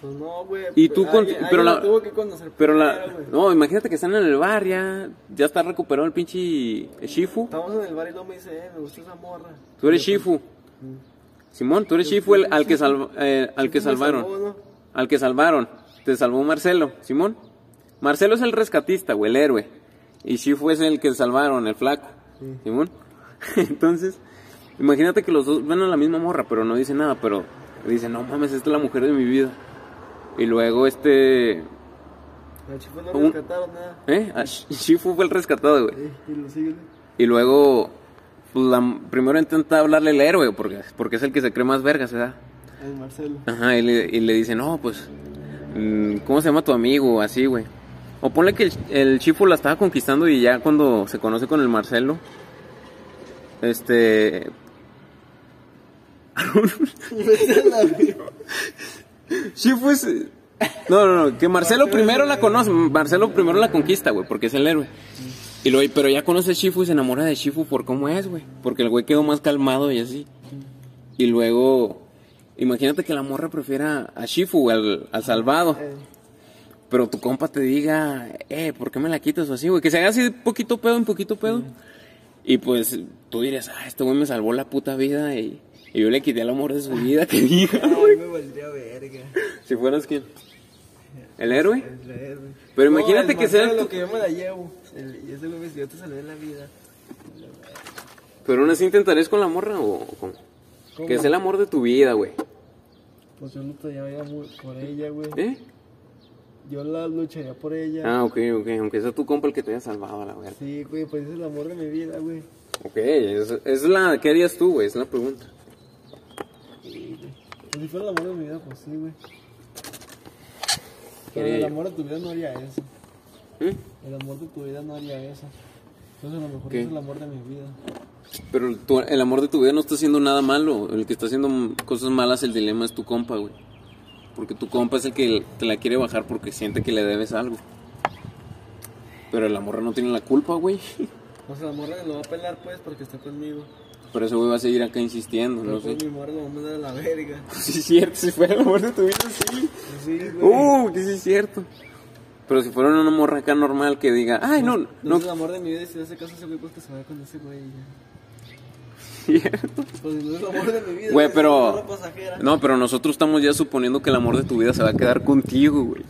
Speaker 2: Pues no, güey.
Speaker 1: Y tú con-
Speaker 2: alguien-
Speaker 1: pero
Speaker 2: alguien
Speaker 1: la-
Speaker 2: lo tuvo que conocer
Speaker 1: Pero la
Speaker 2: primero, güey.
Speaker 1: no, imagínate que están en el bar ya, ya está recuperado el pinche Shifu.
Speaker 2: Estamos en el bar y luego me dice, eh, me gusta esa morra.
Speaker 1: Tú eres Shifu. Simón, tú eres Shifu el- al que salv- eh, al que
Speaker 2: Me
Speaker 1: salvaron.
Speaker 2: salvó, ¿no?
Speaker 1: Al que salvaron. Te salvó Marcelo, Simón. Marcelo es el rescatista, güey, el héroe. Y Shifu es el que salvaron, el flaco. Simón. (laughs) Entonces, imagínate que los dos ven a la misma morra, pero no dice nada, pero dice, no mames, esta es la mujer de mi vida. Y luego este...
Speaker 2: Al chico no
Speaker 1: Un-
Speaker 2: le rescataron nada.
Speaker 1: ¿Eh? A Sh- Shifu fue el rescatado, güey.
Speaker 2: Eh, y lo sigue.
Speaker 1: Y luego, pues, la- primero intenta hablarle el héroe, porque, porque es el que se cree más verga, se da.
Speaker 2: El
Speaker 1: (laughs)
Speaker 2: Marcelo.
Speaker 1: Ajá, y le, y le dice, no, pues, mm, ¿cómo se llama tu amigo? Así, güey. O ponle que el, el Chifu la estaba conquistando y ya cuando se conoce con el Marcelo, este... (laughs) Chifu es... No, no, no, que Marcelo primero la conoce, Marcelo primero la conquista, güey, porque es el héroe. Y luego, pero ya conoce a Shifu y se enamora de Shifu por cómo es, güey. Porque el güey quedó más calmado y así. Y luego, imagínate que la morra prefiera a Shifu, güey, al, al salvado.
Speaker 2: Eh,
Speaker 1: Pero tu compa te diga, eh, ¿por qué me la quitas o así, güey? Que se haga así de poquito pedo en poquito pedo. Y pues tú dirías, ah, este güey me salvó la puta vida y, y yo le quité el amor de su vida, (laughs) que diga.
Speaker 2: ay, me valdría verga.
Speaker 1: Si fueras quién? ¿El héroe?
Speaker 2: El héroe.
Speaker 1: Pero imagínate
Speaker 2: el
Speaker 1: que sea
Speaker 2: Marcelo
Speaker 1: tu-
Speaker 2: que yo me la llevo. El, y ese güey me dice, yo te salvé en la vida.
Speaker 1: Pero aún así intentarías con la morra o cómo?
Speaker 2: ¿Cómo?
Speaker 1: Que es el amor de tu vida, güey.
Speaker 2: Pues yo lucharía mu- por ella, güey.
Speaker 1: ¿Eh?
Speaker 2: Yo la lucharía por ella.
Speaker 1: Ah, ok, ok. Aunque sea tu compa el que te haya salvado a la verga.
Speaker 2: Sí, güey, pues ese es el amor de mi vida, güey.
Speaker 1: Ok, es, es la... ¿Qué harías tú, güey? Es la pregunta.
Speaker 2: Pues si fuera el amor de mi vida, pues sí, güey. Pero
Speaker 1: ¿Qué?
Speaker 2: el amor de tu vida no haría eso.
Speaker 1: ¿Eh?
Speaker 2: El amor de tu vida no haría eso. Entonces a lo mejor
Speaker 1: ¿Qué?
Speaker 2: es el amor de mi vida.
Speaker 1: Pero tu- el amor de tu vida no está haciendo nada malo. El que está haciendo m- cosas malas, el dilema es tu compa, güey. Porque tu compa es el que te la quiere bajar porque siente que le debes algo. Pero el amor no tiene la culpa, güey. (laughs)
Speaker 2: O sea, la morra lo va a pelar, pues, porque está conmigo.
Speaker 1: Pero ese güey va a seguir acá insistiendo,
Speaker 2: Pero
Speaker 1: no sé.
Speaker 2: pues mi morra lo va a mandar a la verga.
Speaker 1: (laughs) Sí, es cierto, si fuera el amor de tu vida, sí.
Speaker 2: Pues sí, güey.
Speaker 1: Uh, que sí es cierto. Pero si fuera una morra acá normal que diga, ay, no, no,
Speaker 2: No es el amor de mi vida y si no hace caso a ese güey, pues que se vaya con ese güey y ya.
Speaker 1: cierto.
Speaker 2: Pues no es el amor de mi vida.
Speaker 1: Güey,
Speaker 2: es
Speaker 1: pero-
Speaker 2: una morra pasajera.
Speaker 1: (laughs) No, pero nosotros estamos ya suponiendo que el amor de tu vida se va a quedar contigo, güey.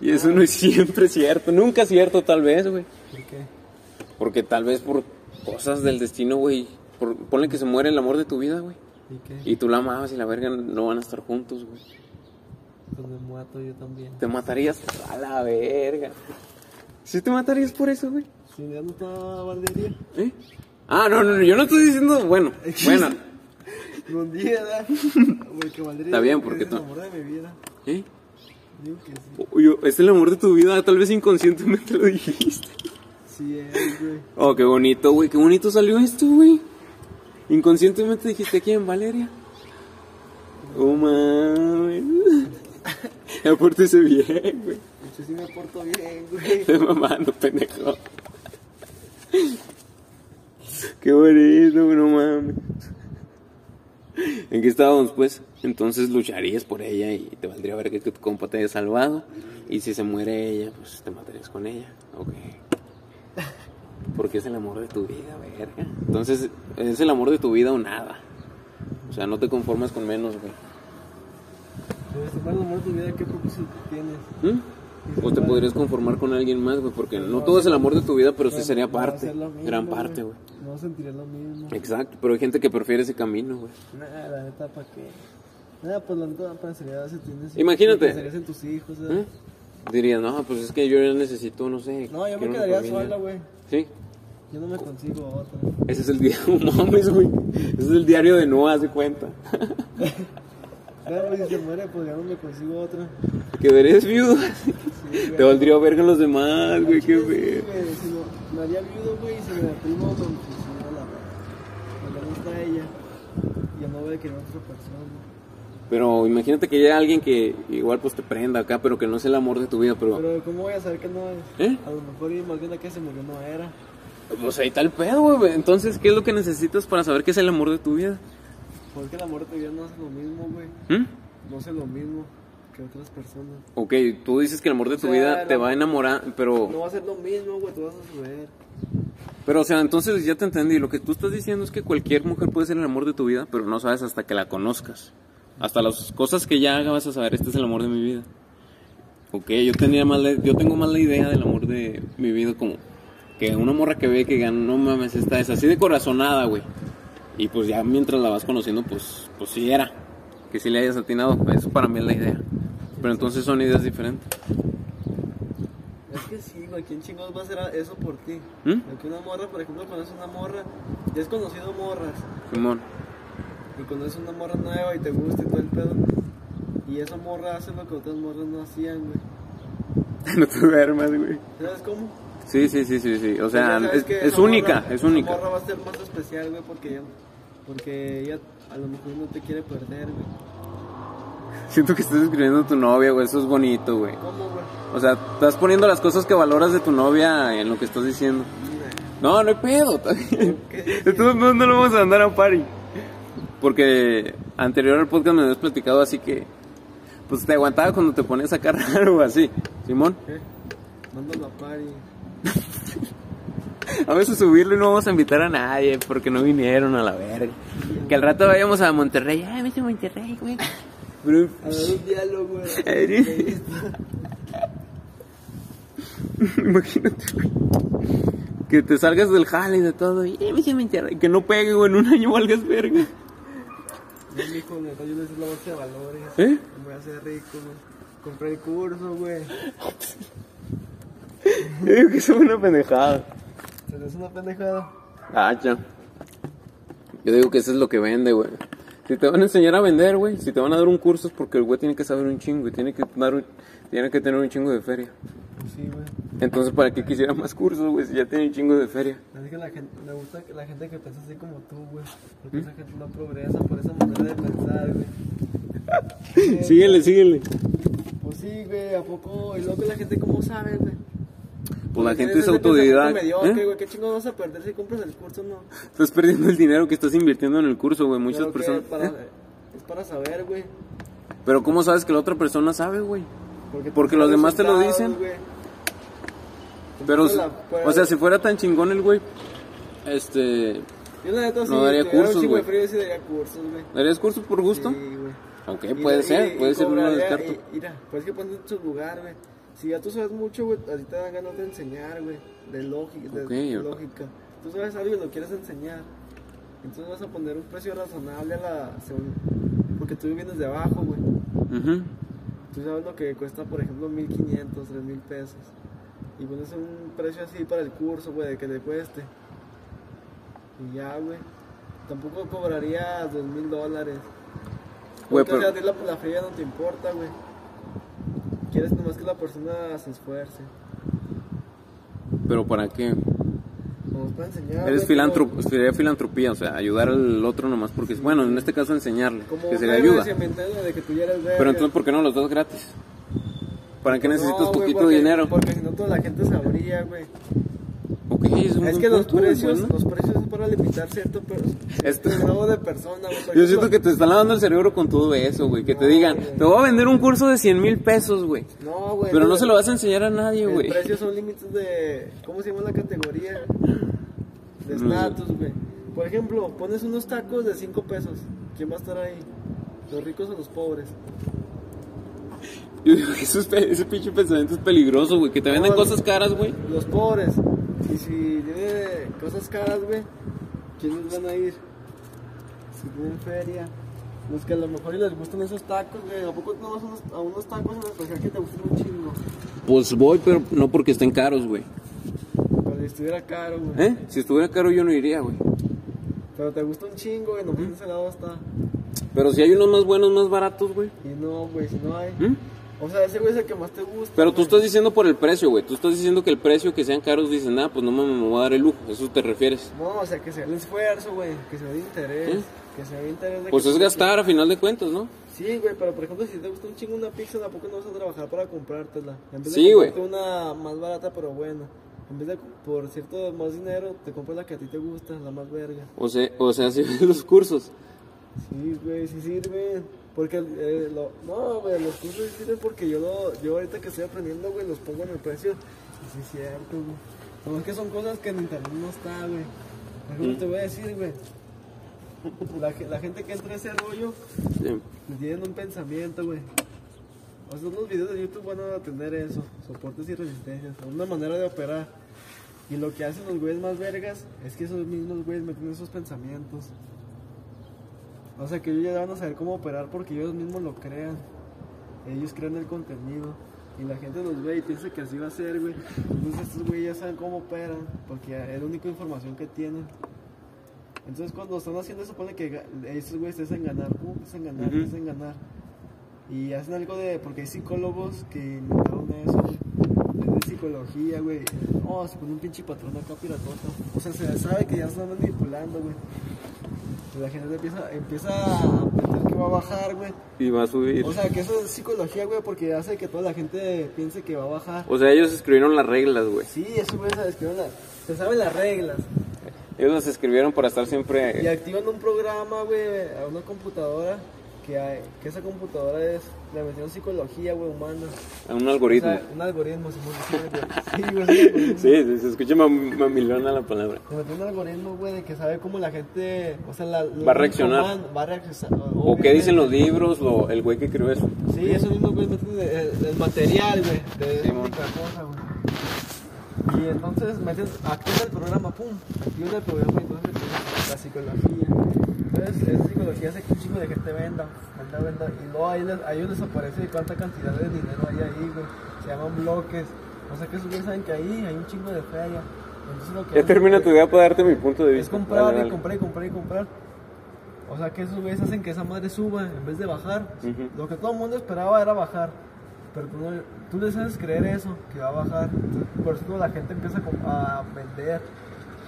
Speaker 1: Y eso no es siempre cierto, nunca es cierto tal vez, güey.
Speaker 2: ¿Por qué?
Speaker 1: Porque tal vez por cosas del destino, güey, por, ponle que se muere el amor de tu vida, güey.
Speaker 2: ¿Y qué?
Speaker 1: Y tú la amabas y la verga no van a estar juntos, güey.
Speaker 2: Pues me muerto yo también.
Speaker 1: Te matarías a la verga. ¿Sí te matarías por eso, güey?
Speaker 2: Si ya no estaba bandería.
Speaker 1: ¿Eh? Ah, no, no, no, yo no estoy diciendo, bueno, bueno.
Speaker 2: Un
Speaker 1: (laughs)
Speaker 2: día, ¿verdad? Güey, que valdría.
Speaker 1: Está bien,
Speaker 2: yo creo
Speaker 1: porque
Speaker 2: que es el
Speaker 1: tú-
Speaker 2: amor de mi vida.
Speaker 1: ¿Eh?
Speaker 2: Digo que sí.
Speaker 1: Yo- es el amor de tu vida, tal vez inconscientemente lo dijiste.
Speaker 2: Sí es, güey.
Speaker 1: Oh, qué bonito, güey, qué bonito salió esto, güey. Inconscientemente dijiste quién, Valeria. Oh, mames. (laughs) Apórtese bien, güey.
Speaker 2: De hecho, sí me porto bien, güey.
Speaker 1: Estoy mamando, pendejo. Qué bonito, güey, no mames. ¿En qué estábamos, pues? Entonces lucharías por ella y te valdría ver que tu compa te haya salvado. Y si se muere ella, pues te matarías con ella. Ok. Porque es el amor de tu vida, verga. Entonces, ¿es el amor de tu vida o nada? O sea, no te conformas con menos, güey.
Speaker 2: Pero si fuera el amor de tu vida, ¿qué propósito tienes?
Speaker 1: ¿Mm? O te podrías conformar con alguien más, güey, porque no todo es el amor de tu vida, pero sí sería
Speaker 2: No va a
Speaker 1: parte,
Speaker 2: ser lo mismo,
Speaker 1: gran parte, güey.
Speaker 2: No sentiré lo mismo.
Speaker 1: Exacto, pero hay gente que prefiere ese camino, güey.
Speaker 2: Nada, la neta, ¿para qué? Nada, pues la neta, pensarías si tienes.
Speaker 1: Imagínate.
Speaker 2: Pensarías en tus hijos, ¿eh?
Speaker 1: ¿Eh? Dirías, no, pues es que yo ya necesito, no sé.
Speaker 2: No, yo me
Speaker 1: quiero una
Speaker 2: quedaría
Speaker 1: familia".
Speaker 2: sola, güey.
Speaker 1: Sí,
Speaker 2: Yo no me consigo otra.
Speaker 1: ese es el (laughs) diario, mames, güey. Ese es el diario de Noah, hace cuenta. (laughs)
Speaker 2: Claro, pues, si se muere, pues ya no me consigo otra.
Speaker 1: Quedarías viudo.
Speaker 2: Sí,
Speaker 1: Te valdría verga los demás, güey, qué
Speaker 2: Sí,
Speaker 1: ver.
Speaker 2: güey, si no, me haría viudo, güey, y si me deprimo, me suicido a la verga. Porque no está ella. Y ya no voy a querer a otra persona.
Speaker 1: Pero imagínate que haya alguien que igual pues te prenda acá, pero que no es el amor de tu vida, pero...
Speaker 2: Pero ¿cómo voy a saber que no es?
Speaker 1: ¿Eh?
Speaker 2: A lo mejor y Magdalena que se murió no era.
Speaker 1: Pues ahí está el pedo, güey. Entonces, ¿qué es lo que necesitas para saber que es el amor de tu vida?
Speaker 2: Porque la muerte ya no hace lo mismo, güey.
Speaker 1: ¿Mm?
Speaker 2: No hace lo mismo que otras personas.
Speaker 1: Ok, tú dices que el amor de tu
Speaker 2: sea,
Speaker 1: vida
Speaker 2: el
Speaker 1: te
Speaker 2: am-
Speaker 1: va a enamorar, pero...
Speaker 2: No va a ser lo mismo, güey, tú vas a saber.
Speaker 1: Pero, o sea, entonces ya te entendí. Lo que tú estás diciendo es que cualquier mujer puede ser el amor de tu vida, pero no sabes hasta que la conozcas. Hasta las cosas que ya haga vas a saber, este es el amor de mi vida. Ok, yo, tenía más la- yo tengo más la idea del amor de mi vida como que una morra que ve que gana, no mames, esta es así de corazonada, güey. Y pues ya mientras la vas conociendo, pues, pues sí era. Que sí le hayas atinado. Eso para mí es la idea. Pero entonces son ideas diferentes.
Speaker 2: Es que sí, güey, ¿quién chingados va a hacer a- eso por ti?
Speaker 1: ¿Mm?
Speaker 2: Lo que una morra, por ejemplo, conoces una morra, ya has conocido morras,
Speaker 1: Simón.
Speaker 2: y conoces una morra nueva y te gusta y todo el pedo. Y esa morra hace lo que otras morras no hacían, güey.
Speaker 1: (laughs) no te duermas, güey.
Speaker 2: ¿Sabes cómo?
Speaker 1: Sí, sí, sí, sí, sí. O sea,
Speaker 2: Ya sabes
Speaker 1: es,
Speaker 2: que
Speaker 1: es
Speaker 2: esa
Speaker 1: única,
Speaker 2: morra-
Speaker 1: es
Speaker 2: esa
Speaker 1: única.
Speaker 2: morra va a ser más especial, güey, porque ella, porque ella a lo mejor no te quiere perder, güey.
Speaker 1: Siento que estás escribiendo a tu novia, güey. Eso es bonito, güey.
Speaker 2: ¿Cómo, güey?
Speaker 1: O sea, estás poniendo las cosas que valoras de tu novia en lo que estás diciendo. No, no hay pedo, está bien. De todos modos, no lo vamos a andar a party. Porque anterior al podcast me habías platicado así que. Pues te aguantaba cuando te ponías a (laughs) cargar o así. Simón,
Speaker 2: ¿Qué? ¿Eh? Mándalo a party.
Speaker 1: a veces subirlo y no vamos a invitar a nadie porque no vinieron a la verga. Que al rato vayamos a Monterrey. Ay, vete a Monterrey, güey.
Speaker 2: (laughs)
Speaker 1: Pero-
Speaker 2: A ver un diálogo, güey.
Speaker 1: Eres- (laughs) Imagínate, güey. Que te salgas del jale y de todo. Y "Eh, me hice mentir", y que no pegue, güey. En un año valgas (laughs) verga.
Speaker 2: No, mijo, neta, yo le hice la bolsa de valores.
Speaker 1: ¿Eh?
Speaker 2: Me voy a hacer rico, güey. Compré el curso, güey.
Speaker 1: Yo digo que eso es una pendejada.
Speaker 2: Se te hace una pendejada.
Speaker 1: Gacha. Ah, Yo digo que eso es lo que vende, güey. Si te van a enseñar a vender, güey. Si te van a dar un curso es porque el güey tiene que saber un chingo. Y tiene que, dar un- tiene que tener un chingo de feria.
Speaker 2: Pues sí, güey.
Speaker 1: Entonces, ¿para qué quisiera más cursos, güey? Si ya tiene un chingo de feria.
Speaker 2: Es que la gente, me gusta que la gente que piensa así como tú, güey.
Speaker 1: ¿Mm?
Speaker 2: Porque esa gente no progresa por esa manera de pensar, güey.
Speaker 1: (laughs) Síguele, síguele.
Speaker 2: Pues sí, güey, ¿a poco? Y luego que la gente, ¿cómo sabe, güey?
Speaker 1: Pues la gente
Speaker 2: Porque
Speaker 1: es
Speaker 2: ese pensamiento
Speaker 1: autodidacta.
Speaker 2: mediocre,
Speaker 1: ¿eh?
Speaker 2: güey, ¿Qué chingo vas a perder si compras el curso, no?
Speaker 1: Estás perdiendo el dinero que estás invirtiendo en el curso, güey. Muchas
Speaker 2: Pero que
Speaker 1: personas.
Speaker 2: para-
Speaker 1: ¿eh?
Speaker 2: Es para saber, güey.
Speaker 1: Pero ¿cómo sabes que la otra persona sabe, güey?
Speaker 2: tú
Speaker 1: Porque los
Speaker 2: sabes
Speaker 1: demás te lo
Speaker 2: resultados,
Speaker 1: dicen.
Speaker 2: güey.
Speaker 1: Pero,
Speaker 2: Entonces, Pues, la-
Speaker 1: o sea, si fuera tan chingón el güey, este,
Speaker 2: Yo la neta sí,
Speaker 1: no daría
Speaker 2: si tuviera un
Speaker 1: cursos,
Speaker 2: chingo
Speaker 1: güey.
Speaker 2: de frío, sí daría cursos, güey.
Speaker 1: ¿darías curso por gusto?
Speaker 2: Sí, güey.
Speaker 1: Ok,
Speaker 2: Y-
Speaker 1: Eh, puede
Speaker 2: y-
Speaker 1: ser,
Speaker 2: y
Speaker 1: puede ser, no lo
Speaker 2: cobraría-
Speaker 1: descarto.
Speaker 2: y- Mira, pues que ponte en su lugar, güey. Si ya tú sabes mucho, güey, a ti te dan ganas de enseñar, güey. De lógica, de
Speaker 1: Ok.
Speaker 2: lógica. Tú sabes algo y lo quieres enseñar. Entonces vas a poner un precio razonable a la... según- Porque tú vienes de abajo, güey.
Speaker 1: Ujú.
Speaker 2: Tú sabes lo que cuesta, por ejemplo, 1500, 3000 pesos. Y pones un precio así para el curso, güey, de que le cueste. Y ya, güey. Tampoco cobraría 2000 dólares.
Speaker 1: Güey,
Speaker 2: Porque, o
Speaker 1: pero-
Speaker 2: sea, a ti la, la feria no te importa, güey. Quieres nomás que la persona se esfuerce.
Speaker 1: Pero ¿para qué?
Speaker 2: Nomás para enseñar.
Speaker 1: Eres
Speaker 2: güey, Ah, pues, pero
Speaker 1: filantro- sería filantropía, o sea, ayudar al otro nomás porque, bueno, en este caso enseñarle,
Speaker 2: Como
Speaker 1: que
Speaker 2: un
Speaker 1: se le
Speaker 2: héroe
Speaker 1: ayuda.
Speaker 2: cementero de que tú ya eres
Speaker 1: Pero
Speaker 2: verga.
Speaker 1: entonces, ¿por qué no los das gratis? ¿Para qué
Speaker 2: No,
Speaker 1: necesitas
Speaker 2: güey,
Speaker 1: poquito
Speaker 2: porque-
Speaker 1: dinero?
Speaker 2: Porque si no, toda la gente sabría, güey.
Speaker 1: Ok, es, un
Speaker 2: Es
Speaker 1: buen
Speaker 2: que los
Speaker 1: punto, güey,
Speaker 2: precios,
Speaker 1: ¿no?
Speaker 2: los precios son para limitar cierto, pero
Speaker 1: Esto-
Speaker 2: este (laughs) grado de persona. güey, por
Speaker 1: Yo
Speaker 2: ejemplo,
Speaker 1: siento que te están lavando el cerebro con todo eso, güey. Que te
Speaker 2: No,
Speaker 1: digan,
Speaker 2: güey.
Speaker 1: te voy a vender un curso de 100 mil pesos, güey.
Speaker 2: No, güey.
Speaker 1: Pero no
Speaker 2: güey,
Speaker 1: se lo vas a enseñar a nadie,
Speaker 2: El
Speaker 1: güey.
Speaker 2: precio son límites de. ¿Cómo se llama la categoría? De
Speaker 1: No.
Speaker 2: estatus, güey. Por ejemplo, pones unos tacos de 5 pesos. ¿Quién va a estar ahí? ¿Los ricos o los pobres?
Speaker 1: Yo digo que eso es pe- ese pinche pensamiento es peligroso, güey. Que te venden
Speaker 2: No,
Speaker 1: cosas caras, güey.
Speaker 2: Los pobres. Y si tiene cosas caras, güey, ¿quiénes van a ir? Si tienen feria. Los que a lo mejor y les gustan esos tacos, güey. ¿A poco no vas a unos, a unos tacos en especial que te gustan un chingo?
Speaker 1: Pues voy, pero no porque estén caros, güey.
Speaker 2: Pero si estuviera caro, güey.
Speaker 1: ¿Eh? Si estuviera caro yo no iría, güey.
Speaker 2: Pero te gusta un chingo, güey. No
Speaker 1: ¿Mm?
Speaker 2: ese lado está.
Speaker 1: Pero si hay unos más buenos, más baratos, güey.
Speaker 2: Y no, güey, si no hay.
Speaker 1: ¿Mm?
Speaker 2: O sea, ese güey es el que más te gusta.
Speaker 1: Pero tú
Speaker 2: güey.
Speaker 1: estás diciendo por el precio, güey. Tú estás diciendo que el precio que sean caros dicen, ah, pues no mames, me voy a dar el lujo. ¿Eso te refieres?
Speaker 2: No, o sea, que se ve el esfuerzo, güey. Que se ve el interés.
Speaker 1: ¿Eh?
Speaker 2: Que se ve el interés de
Speaker 1: Pues
Speaker 2: que-
Speaker 1: es gastar a final de cuentas, ¿no?
Speaker 2: Sí, güey, pero por ejemplo, si te gusta un chingo una pizza, tampoco no vas a trabajar para comprártela. En vez de
Speaker 1: Sí, güey.
Speaker 2: comprarte una más barata pero buena. En vez de, por cierto, más dinero, te compras la que a ti te gusta, la más verga.
Speaker 1: O sea, o sea, (laughs) si ves los cursos.
Speaker 2: Sí, güey, sí sirven. Porque, eh, lo, no, güey, los cursos sí sirven porque yo, lo, yo ahorita que estoy aprendiendo, güey, los pongo en el precio. Y sí es cierto, güey. No, es que son cosas que en internet no está, güey. Por ejemplo, te voy a decir, güey. La, ge- la gente que entra a ese rollo
Speaker 1: Sí.
Speaker 2: tienen un pensamiento, güey. O sea, los videos de YouTube van a tener eso, soportes y resistencias, una manera de operar. Y lo que hacen los güeyes más vergas es que esos mismos güeyes meten esos pensamientos. O sea, que ellos ya van a saber cómo operar porque ellos mismos lo crean. Ellos crean el contenido. Y la gente los ve y piensa que así va a ser, güey. Entonces estos güeyes ya saben cómo operan porque ya es la única información que tienen. Entonces cuando están haciendo eso, pone que ga- esos güeyes te hacen ganar, pum, te hacen ganar,
Speaker 1: Ujú.
Speaker 2: te hacen ganar. Y hacen algo de... porque hay psicólogos que inventaron eso, güey. Es de psicología, güey. Oh, se pone un pinche patrón acá piratota. O sea, se sabe que ya están manipulando, güey. Y Pues La gente empieza, empieza a pensar que va a bajar, güey.
Speaker 1: Y va a subir.
Speaker 2: O sea, que eso es psicología, güey, porque hace que toda la gente piense que va a bajar.
Speaker 1: O sea, ellos escribieron las reglas, güey.
Speaker 2: Sí, eso, güey, se escriben las- se saben las reglas.
Speaker 1: Ellos las escribieron para estar
Speaker 2: Y
Speaker 1: siempre.
Speaker 2: activan un programa, güey, a una computadora que, hay- que esa computadora es, le metieron psicología, güey, humana.
Speaker 1: A un
Speaker 2: O
Speaker 1: algoritmo.
Speaker 2: sea, un algoritmo, se
Speaker 1: (laughs)
Speaker 2: puede decir, güey. Sí, güey, un algoritmo.
Speaker 1: Sí, sí, se escucha mam- mamilona la palabra.
Speaker 2: Le metió un algoritmo, güey, de que sabe cómo la gente, o sea, la, la-
Speaker 1: Va a reaccionar.
Speaker 2: va a reaccionar.
Speaker 1: O qué
Speaker 2: obviamente.
Speaker 1: dicen los libros, lo- el güey que escribe eso.
Speaker 2: Sí, eso mismo, güey, meten el, el material, güey, de
Speaker 1: Sí, mon.
Speaker 2: esa cosa, güey. Y entonces meten, activa el programa, pum, activa el programa, entonces pues, la psicología. Entonces, esa psicología hace que un chico de gente venda, venda, venda, y luego ahí les, a ellos les aparece cuánta cantidad de dinero hay ahí, güey. Se llaman bloques. O sea que esos güeyes saben que ahí hay un chingo de feria. Entonces lo que
Speaker 1: Ya
Speaker 2: hacen,
Speaker 1: termina
Speaker 2: güey,
Speaker 1: tu idea para darte mi punto de
Speaker 2: es
Speaker 1: vista.
Speaker 2: comprar
Speaker 1: Dale, dale.
Speaker 2: y comprar y comprar y comprar. O sea que esos güeyes hacen que esa madre suba en vez de bajar.
Speaker 1: Ujú.
Speaker 2: Lo que todo el mundo esperaba era bajar. Pero tú, no- tú les haces creer eso, que va a bajar. Por eso la gente empieza a com- a, vender.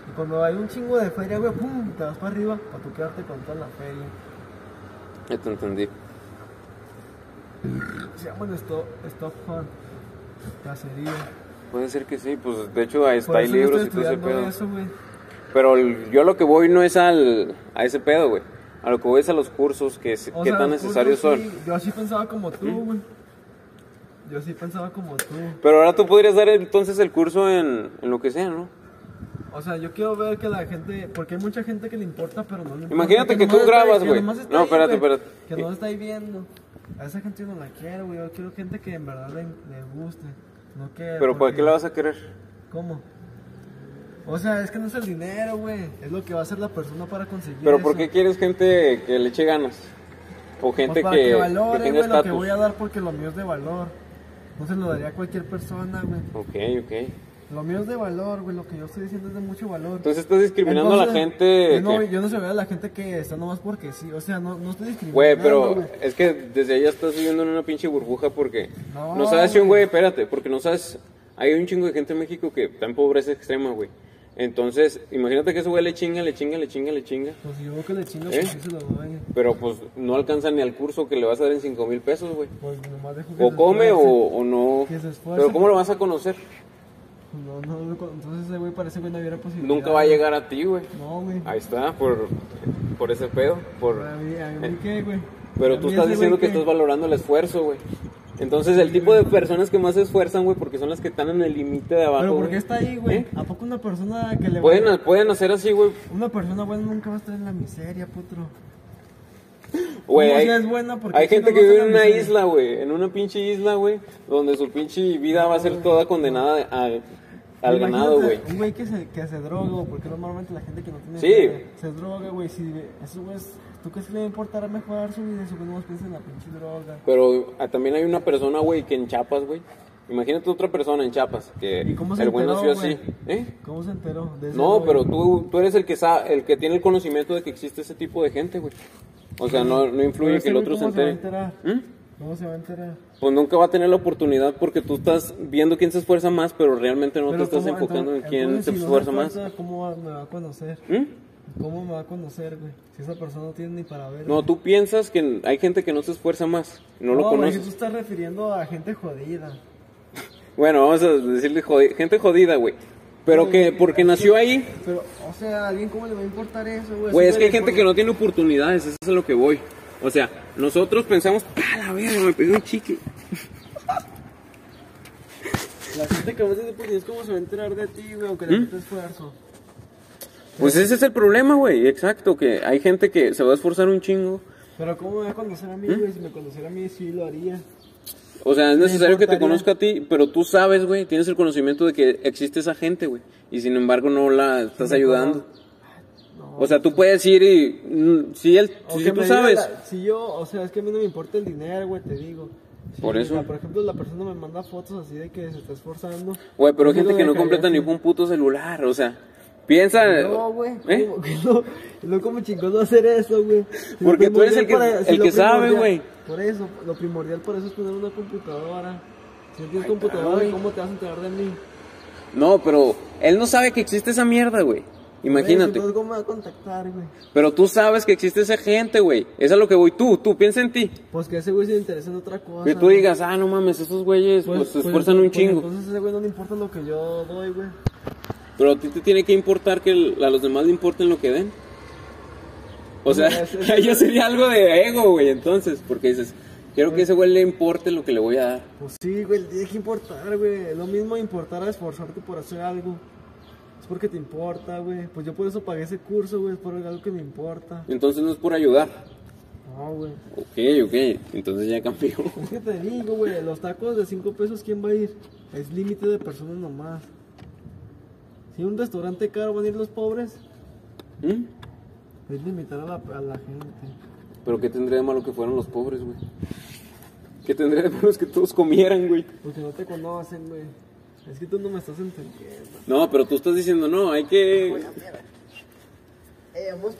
Speaker 2: Y cuando hay un chingo de feria, güey, pum, te vas para arriba para tú quedarte con toda la feria.
Speaker 1: Ya te entendí.
Speaker 2: Se llaman stop, stop hunt, cacería.
Speaker 1: Puede ser que sí, pues de hecho ahí
Speaker 2: Por
Speaker 1: está hay
Speaker 2: eso yo
Speaker 1: libros
Speaker 2: estoy
Speaker 1: y todo ese
Speaker 2: estudiando
Speaker 1: pedo.
Speaker 2: eso, güey.
Speaker 1: Pero el- yo lo que voy no es al, a ese pedo, güey. A lo que voy es a los cursos, que se-
Speaker 2: O
Speaker 1: qué
Speaker 2: sea,
Speaker 1: tan
Speaker 2: los
Speaker 1: necesarios
Speaker 2: cursos
Speaker 1: son.
Speaker 2: sí, yo sí pensaba como tú, güey. Yo sí pensaba como tú.
Speaker 1: Pero ahora tú podrías dar entonces el curso en, en lo que sea, ¿no?
Speaker 2: O sea, yo quiero ver que la gente, porque hay mucha gente que le importa, pero no le importa.
Speaker 1: Imagínate que tú
Speaker 2: nomás está-
Speaker 1: grabas,
Speaker 2: que
Speaker 1: güey.
Speaker 2: nomás está
Speaker 1: No,
Speaker 2: ahí,
Speaker 1: espérate,
Speaker 2: güey,
Speaker 1: espérate. Eh.
Speaker 2: Que no está ahí viendo. A esa gente yo no la quiero, güey. Yo quiero gente que en verdad le, le guste. No que.
Speaker 1: Pero ¿para
Speaker 2: porque-
Speaker 1: qué la vas a querer?
Speaker 2: ¿Cómo? O sea, es que no es el dinero, güey. Es lo que va a hacer la persona para conseguir.
Speaker 1: Pero ¿por
Speaker 2: eso.
Speaker 1: qué quieres gente que le eche ganas? O
Speaker 2: Pues
Speaker 1: gente
Speaker 2: para
Speaker 1: que,
Speaker 2: que,
Speaker 1: que
Speaker 2: valore,
Speaker 1: tenga
Speaker 2: güey, lo que
Speaker 1: estatus.
Speaker 2: voy a dar porque lo mío es de valor. No se lo daría a cualquier persona, güey.
Speaker 1: Ok, ok.
Speaker 2: Lo mío es de valor, güey. Lo que yo estoy diciendo es de mucho valor.
Speaker 1: Entonces estás discriminando a la
Speaker 2: Entonces,
Speaker 1: gente.
Speaker 2: Yo no,
Speaker 1: que-
Speaker 2: yo no se veo a la gente que está nomás porque sí. O sea, no, no estoy discriminando.
Speaker 1: Güey, pero
Speaker 2: güey.
Speaker 1: es que desde allá estás viviendo en una pinche burbuja porque no,
Speaker 2: No,
Speaker 1: sabes si un güey,
Speaker 2: güey.
Speaker 1: espérate, porque no sabes, hay un chingo de gente en México que está en pobreza extrema, güey. Entonces, imagínate que ese güey le chinga, le chinga, le chinga, le chinga,
Speaker 2: Pues yo que le chingo,
Speaker 1: ¿Eh?
Speaker 2: pues sí se lo doy.
Speaker 1: pero pues no alcanza ni al curso que le vas a dar en cinco mil pesos, güey.
Speaker 2: Pues nomás dejo que
Speaker 1: O
Speaker 2: se
Speaker 1: come o,
Speaker 2: esfuerce.
Speaker 1: o no.
Speaker 2: Que se esfuerce.
Speaker 1: Pero ¿cómo lo vas a conocer?
Speaker 2: No, no, no, entonces ese güey parece que no hubiera posibilidad.
Speaker 1: Nunca va a llegar a ti, güey.
Speaker 2: No, güey.
Speaker 1: Ahí está, por, por ese pedo, por...
Speaker 2: A mí, a mí qué, güey.
Speaker 1: eh, Pero
Speaker 2: A
Speaker 1: tú
Speaker 2: mí
Speaker 1: estás
Speaker 2: ese
Speaker 1: diciendo
Speaker 2: güey
Speaker 1: que estás valorando el esfuerzo, güey. Entonces, el tipo de personas que más se esfuerzan, güey, porque son las que están en el límite de abajo.
Speaker 2: Pero ¿por
Speaker 1: güey.
Speaker 2: qué está ahí, güey?
Speaker 1: ¿Eh?
Speaker 2: ¿A poco una persona que le vale-
Speaker 1: Pueden, pueden hacer así, güey.
Speaker 2: Una persona buena nunca va a estar en la miseria, putro.
Speaker 1: Güey,
Speaker 2: ¿Cómo
Speaker 1: hay,
Speaker 2: si es buena? Porque
Speaker 1: hay
Speaker 2: si
Speaker 1: gente
Speaker 2: no
Speaker 1: que
Speaker 2: vas a
Speaker 1: vive en
Speaker 2: la
Speaker 1: una
Speaker 2: miseria.
Speaker 1: isla, güey. En una pinche isla, güey. Donde su pinche vida va a ser toda condenada a- al
Speaker 2: Imagínate
Speaker 1: ganado, güey.
Speaker 2: Un güey que se, que se droga, güey, porque normalmente la gente que no tiene.
Speaker 1: Sí.
Speaker 2: feria Se droga, güey. Si ve- esos güeyes, ¿tú crees que le va a importar mejorar su vida? Eso que no piensa en la pinche droga.
Speaker 1: Pero ah, también hay una persona, güey, que en Chiapas, güey. Imagínate otra persona en Chiapas. Que
Speaker 2: ¿Y cómo se
Speaker 1: el güey
Speaker 2: enteró,
Speaker 1: nació
Speaker 2: güey?
Speaker 1: así. ¿Eh?
Speaker 2: ¿Cómo se enteró? de ese
Speaker 1: No,
Speaker 2: rollo?
Speaker 1: pero tú, tú eres el que sabe, el que tiene el conocimiento de que existe ese tipo de gente, güey. O sea, no, no influye
Speaker 2: Pero
Speaker 1: que el
Speaker 2: ese
Speaker 1: otro
Speaker 2: güey,
Speaker 1: se
Speaker 2: ¿cómo va
Speaker 1: entere.
Speaker 2: a enterar?
Speaker 1: ¿Mm?
Speaker 2: ¿Cómo se va a enterar?
Speaker 1: Pues nunca va a tener la oportunidad porque tú estás viendo quién se esfuerza más, pero realmente no te
Speaker 2: Pero
Speaker 1: estás
Speaker 2: cómo-
Speaker 1: enfocando
Speaker 2: entonces-
Speaker 1: en quién
Speaker 2: entonces,
Speaker 1: se
Speaker 2: si no
Speaker 1: esfuerza
Speaker 2: me
Speaker 1: más.
Speaker 2: esfuerzo, ¿Cómo va- me va a conocer?
Speaker 1: ¿Mm?
Speaker 2: ¿Cómo me va a conocer, güey? Si esa persona no tiene ni para ver.
Speaker 1: No,
Speaker 2: güey.
Speaker 1: tú piensas que hay gente que no se esfuerza más, no lo
Speaker 2: güey,
Speaker 1: conoces.
Speaker 2: tú estás refiriendo a gente jodida.
Speaker 1: Bueno, vamos a decirle jodi- gente jodida, güey. Pero que porque nació ahí,
Speaker 2: Pero, o sea, ¿a alguien cómo le va a importar eso, güey?
Speaker 1: güey,
Speaker 2: Eso
Speaker 1: es que hay
Speaker 2: le
Speaker 1: gente
Speaker 2: pone-
Speaker 1: que no tiene oportunidades, eso es a lo que voy. O sea, nosotros pensamos, ah, la verga, me pegué un chicle.
Speaker 2: La gente que más tiene es como se va a enterar de ti, güey, aunque
Speaker 1: ¿Mm?
Speaker 2: le meta esfuerzo.
Speaker 1: Pues ese es el problema, güey, exacto, que hay gente que se va a esforzar un chingo.
Speaker 2: Pero, ¿cómo me va a conocer a mí, güey? Si me conociera a mí, sí lo haría.
Speaker 1: O sea, es
Speaker 2: Me
Speaker 1: necesario que te
Speaker 2: importaría.
Speaker 1: conozca a ti, pero tú sabes, güey, tienes el conocimiento de que existe esa gente, güey. Y sin embargo no la estás ayudando.
Speaker 2: No.
Speaker 1: O sea, tú puedes ir y... mm, Si, él,
Speaker 2: O
Speaker 1: si
Speaker 2: que
Speaker 1: tú
Speaker 2: me diga
Speaker 1: sabes...
Speaker 2: la- si yo, o sea, es que a mí no me importa el dinero, güey, te digo. Si
Speaker 1: Por
Speaker 2: la-
Speaker 1: eso.
Speaker 2: por ejemplo, la persona me manda fotos así de que se está esforzando.
Speaker 1: Güey, pero hay
Speaker 2: Yo
Speaker 1: gente
Speaker 2: lo
Speaker 1: que no
Speaker 2: dejaría
Speaker 1: completa
Speaker 2: así.
Speaker 1: ningún puto celular, o sea... Piensa...
Speaker 2: No, güey.
Speaker 1: ¿eh?
Speaker 2: ¿cómo que No, no como chingón no hacer eso, güey. lo
Speaker 1: Porque tú eres el
Speaker 2: primordial
Speaker 1: que-
Speaker 2: para-
Speaker 1: el
Speaker 2: lo
Speaker 1: que sabe,
Speaker 2: primordial-
Speaker 1: güey.
Speaker 2: Por eso, lo primordial por eso es tener una computadora. Si no tienes
Speaker 1: Ahí está,
Speaker 2: computadora,
Speaker 1: güey.
Speaker 2: ¿cómo te vas a enterar de mí?
Speaker 1: No, pero él no sabe que existe esa mierda, güey. Imagínate.
Speaker 2: Güey, si no, ¿Cómo me va a contactar, güey?
Speaker 1: Pero tú sabes que existe esa gente, güey. Es a lo que voy tú, tú, piensa en ti.
Speaker 2: Pues que ese güey se le interesa en otra cosa.
Speaker 1: Que tú
Speaker 2: güey.
Speaker 1: digas, ah, no mames, esos güeyes pues, se esfuerzan un
Speaker 2: pues,
Speaker 1: chingo.
Speaker 2: Entonces ese güey no le importa lo que yo doy, güey.
Speaker 1: Pero a ti te tiene que importar que el- a los demás le importen lo que den. O sea,
Speaker 2: No,
Speaker 1: (laughs)
Speaker 2: eso-
Speaker 1: ahí ya sería algo de ego, güey, entonces, porque dices, quiero que ese güey le importe lo que le voy a dar.
Speaker 2: Pues sí, güey, le tiene que importar, güey. Lo mismo importar a esforzarte por hacer algo. Es porque te importa, güey. Pues yo por eso pagué ese curso, güey. Es por algo que me importa.
Speaker 1: Entonces no es por ayudar.
Speaker 2: No, güey.
Speaker 1: Ok, ok, entonces ya cambió. (laughs)
Speaker 2: Es que Pues, te digo, güey, los tacos de 5 pesos, ¿quién va a ir? Es límite de personas nomás. Si un restaurante caro van a ir los pobres,
Speaker 1: ¿Mm?
Speaker 2: es limitar a la, a la gente.
Speaker 1: Pero ¿qué tendría de malo que fueran los pobres, güey? ¿Qué tendría de malo es que todos comieran, güey?
Speaker 2: Porque no te conocen, güey. Es que tú no me estás entendiendo.
Speaker 1: No, pero tú estás diciendo, no, hay que...
Speaker 2: Eh, vamos